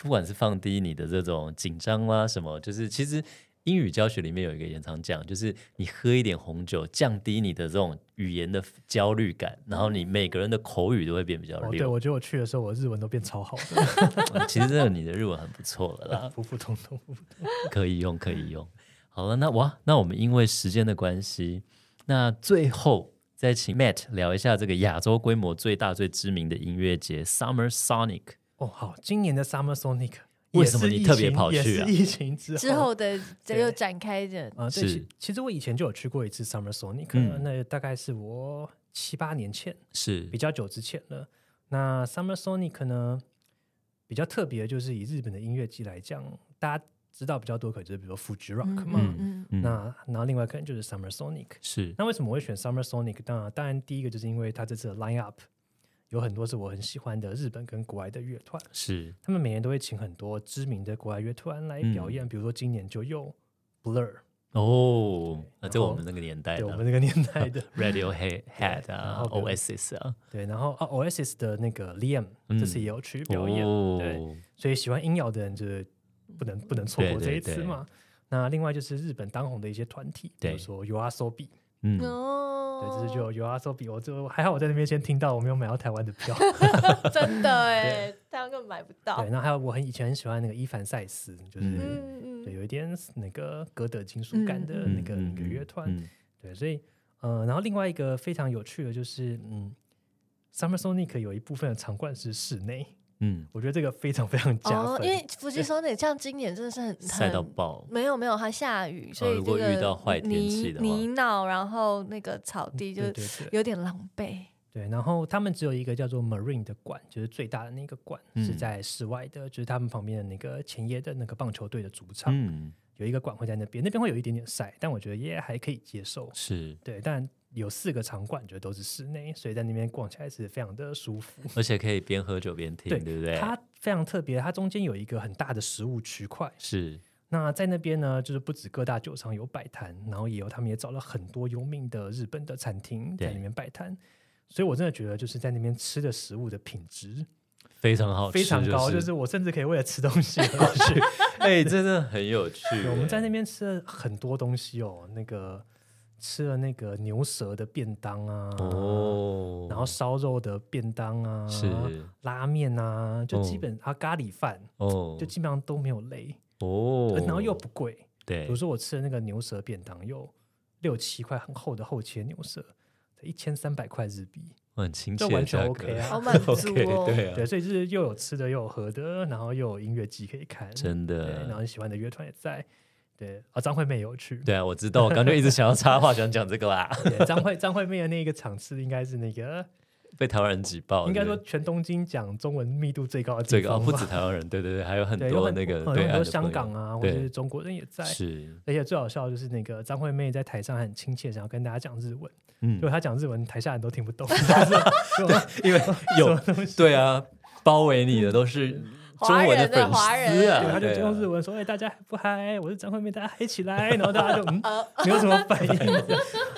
S2: 不管是放低你的这种紧张啦、什么，就是其实。英语教学里面有一个也常讲，就是你喝一点红酒，降低你的这种语言的焦虑感，然后你每个人的口语都会变比较
S3: 哦，对，
S2: 溜。
S3: 我觉得我去的时候，我日文都变超好 的，
S2: 其实真的你的日文很不错了啦。
S3: 普普通通。
S2: 可以用，可以用。好了，那哇，那我们因为时间的关系，那最后再请 Matt 聊一下这个亚洲规模最大、最知名的音乐节 Summer Sonic。
S3: 哦，好，今年的 Summer Sonic
S2: 为
S3: 也
S2: 什么
S3: 是
S2: 你
S3: 疫
S2: 特别
S3: 情
S2: 跑
S3: 也
S2: 去
S3: 是
S2: 啊
S3: 疫情之后
S4: 之后 的这
S3: 对
S4: 又展开的，
S3: 啊、对，
S2: 是
S3: 其其实我以前就有去过一次 Summer Sonic，、
S2: 嗯
S3: 那大概是我七八年前，
S2: 是
S3: 比较久之前了。那 Summer Sonic 呢，比较特别的就是以日本的音乐季来讲，大家知道比较多，可能就是比如说 Fuji Rock 嘛。
S4: 嗯
S2: 嗯
S3: 那然后另外可能就是 Summer Sonic。
S2: 是
S3: 那为什么我会选 Summer Sonic？当然，当然第一个就是因为它这次的 Line Up 有很多是我很喜欢的日本跟国外的乐团，
S2: 是
S3: 他们每年都会请很多知名的国外乐团来表演，比如说今年就有 Blur，
S2: 哦，那
S3: 然
S2: 在我
S3: 后
S2: 们那个年代
S3: 对我
S2: 呢
S3: 们这个年代的
S2: ，Radiohead
S3: 然
S2: 啊
S3: 后跟
S2: ，Oasis 啊，
S3: 对，然后啊 Oasis 的那个 Liam
S2: 嗯
S3: 这次也有去表演，对。
S2: 哦，
S3: 所以喜欢音摇的人就是不能不能错过
S2: 对
S3: 这
S2: 对
S3: 一次嘛。那另外就是日本当红的一些团体，比
S2: 对
S3: 如说 U R S O B，
S2: 嗯
S4: 嗯，，哦，
S3: 对，这次就 U R S O B，我就还好我在那边先听到，我没有买到台湾 的票。
S4: 真的 哎，台湾根本买不到
S3: 对，，那还有我很以前很喜欢那个伊凡塞斯，就是、
S2: 嗯
S4: 嗯
S3: 对
S4: 嗯，
S3: 有一点那个歌德金属感的
S2: 嗯
S3: 那个、那个乐团，，
S2: 嗯嗯
S3: 对，所以呃，然后另外一个非常有趣的就是嗯。Summer Sonic 有一部分的场馆是室内，
S2: 嗯，
S3: 我觉得这个非常非常加分，
S4: 哦，因为福吉说那像今年真的是很
S2: 嗯晒到
S4: 很
S2: 爆，
S4: 没有没有，它下雨，所以
S2: 如
S4: 这
S2: 果
S4: 个
S2: 遇到坏天气的话嗯
S4: 泥泥淖，然后那个草地就
S3: 对对对
S4: 有点狼 狈。
S3: 对，然后他们只有一个叫做 Marine 的馆，就是最大的那个馆、是
S2: 嗯
S3: 在室外的，就是他们旁边的那个前野的那个棒球队的主场，
S2: 嗯，
S3: 有一个馆会在那边，那边会有一点点晒，但我觉得也还可以接受。
S2: 是，
S3: 对，但有四个场馆，觉得都是室内，所以在那边逛起来是非常的舒服。
S2: 而且可以边喝酒边听，
S3: 对
S2: 对不对？
S3: 它非常特别，它中间有一个很大的食物区块。
S2: 是
S3: 那在那边呢，就是不止各大酒商有摆摊，然后也有他们也找了很多有名的日本的餐厅在
S2: 对
S3: 里面摆摊，所以我真的觉得就是在那边吃的食物的品质
S2: 非常好吃，
S3: 非常高，就是是我甚至可以为了吃东西 而去。
S2: 哎、真的很有趣
S3: 对。我们在那
S2: 边
S3: 边吃了很多东西哦，那个吃了那个牛舌的便当啊，
S2: 哦，
S3: 然后烧肉的便当啊，
S2: 是
S3: 拉面啊，就基
S2: 哦
S3: 本、啊咖喱饭，
S2: 哦
S3: 就基本上都没有累，
S2: 哦哎
S3: 呃，然后又不贵。比
S2: 对
S3: 如，说我吃的那个牛舌便当，有六七块很厚的厚切牛舌，一千三百块日币，
S2: 很亲切
S3: 这
S2: 的
S3: 完全
S2: 价格
S3: OK 啊
S4: 好满足
S2: OK，
S4: 哦
S2: 对啊，
S3: 对，所以就是又有吃的，又有喝的，然后又有音乐季可以看，
S2: 真
S3: 对，然后
S2: 的
S3: 你喜欢的乐团也在，对，啊，张惠妹 有去，
S2: 对啊，我知道，我刚就一直想要插话，想讲这个啦，
S3: 对，张惠张惠妹的那个场次应该是那个，
S2: 被台湾人挤爆。
S3: 应该说
S2: 哦对
S3: 全东京讲中文密度最高的地
S2: 这个哦，
S3: 方
S2: 不
S3: 吧
S2: 止台湾人，对对对，还有很
S3: 对，
S2: 多
S3: 有
S2: 那个
S3: 很多
S2: 对
S3: 很
S2: 岸
S3: 多
S2: 的
S3: 香
S2: 朋友
S3: 港啊，或者
S2: 对
S3: 是中国人也在。
S2: 是，
S3: 而且最好笑的就是那个张惠妹在台上很亲切，想要跟大家讲日文，
S2: 嗯
S3: 结果，她讲日文，台下人都听 不懂，就是就
S2: 因为有
S3: 什么东西
S2: 对啊，包围你的都是中
S1: 华
S2: 文
S1: 人
S2: 粉
S1: 的华
S2: 丝
S3: 对，
S2: 啊，
S3: 他就
S2: 对啊
S3: 用日文说：“哎、大家嗨不嗨？我是张惠妹，大家嗨 起来！”然后大家就嗯，没有什么反应。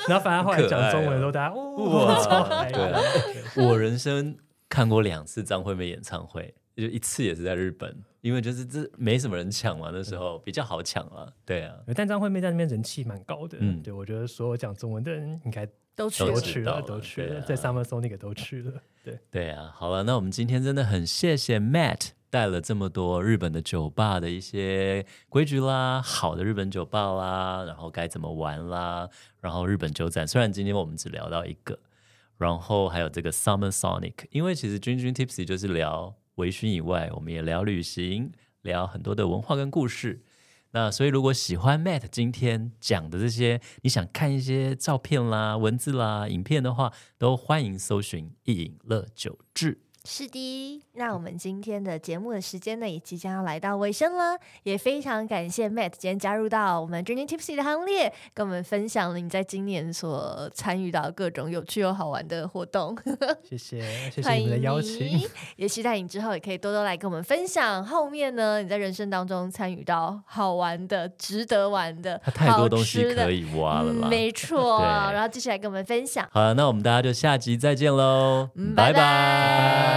S3: 然后反而后来讲中文的时候，大家哇，
S2: 哇
S3: 超嗨
S2: 对
S3: 的
S2: 啊！ 我人生看过两次张惠妹演唱会，就一次也是在日本，因为就是这没什么人抢嘛，那时候比较好抢啊，对啊，
S3: 对但张惠妹在那边人气蛮高的，
S2: 嗯
S3: 对我觉得所有讲中文的人应该
S1: 都去
S2: 都
S3: 都
S1: 了
S2: 知
S3: 去
S2: 道
S3: 了，
S2: 了
S3: 都去
S2: 对
S3: 了，
S2: 啊
S3: 在 Summer Sonic 都去了，对，
S2: 对啊，好了，那我们今天真的很谢谢 Matt 带了这么多日本的酒吧的一些规矩啦，好的日本酒吧啦，然后该怎么玩啦，然后日本酒展，虽然今天我们只聊到一个，然后还有这个 Summer Sonic，因为其实君君 Tipsy 就是聊微醺以外，我们也聊旅行，聊很多的文化跟故事。那所以，如果喜欢 Matt 今天讲的这些，你想看一些照片啦、文字啦、影片的话，都欢迎搜寻“一饮乐酒志
S1: 是的，那我们今天的节目的时间呢，也即将要来到尾声了，也非常感谢 Matt 今天加入到我们 Journey Tipsy 的行列，跟我们分享了你在今年所参与到各种有趣又好玩的活动。
S3: 谢谢，谢谢
S1: 欢
S3: 你
S1: 迎
S3: 们的邀请
S1: 你。，也期待你之后也可以多多来跟我们分享。后面呢，你在人生当中参与到好玩的、值得玩的”，、
S2: 它太多东西
S1: 好吃的
S2: 可以挖了啦
S1: 嗯。没错，
S2: 对
S1: 然后继续来跟我们分享。
S2: 好了，那我们大家就下集再见喽，
S1: 嗯拜
S2: 拜拜
S1: 拜。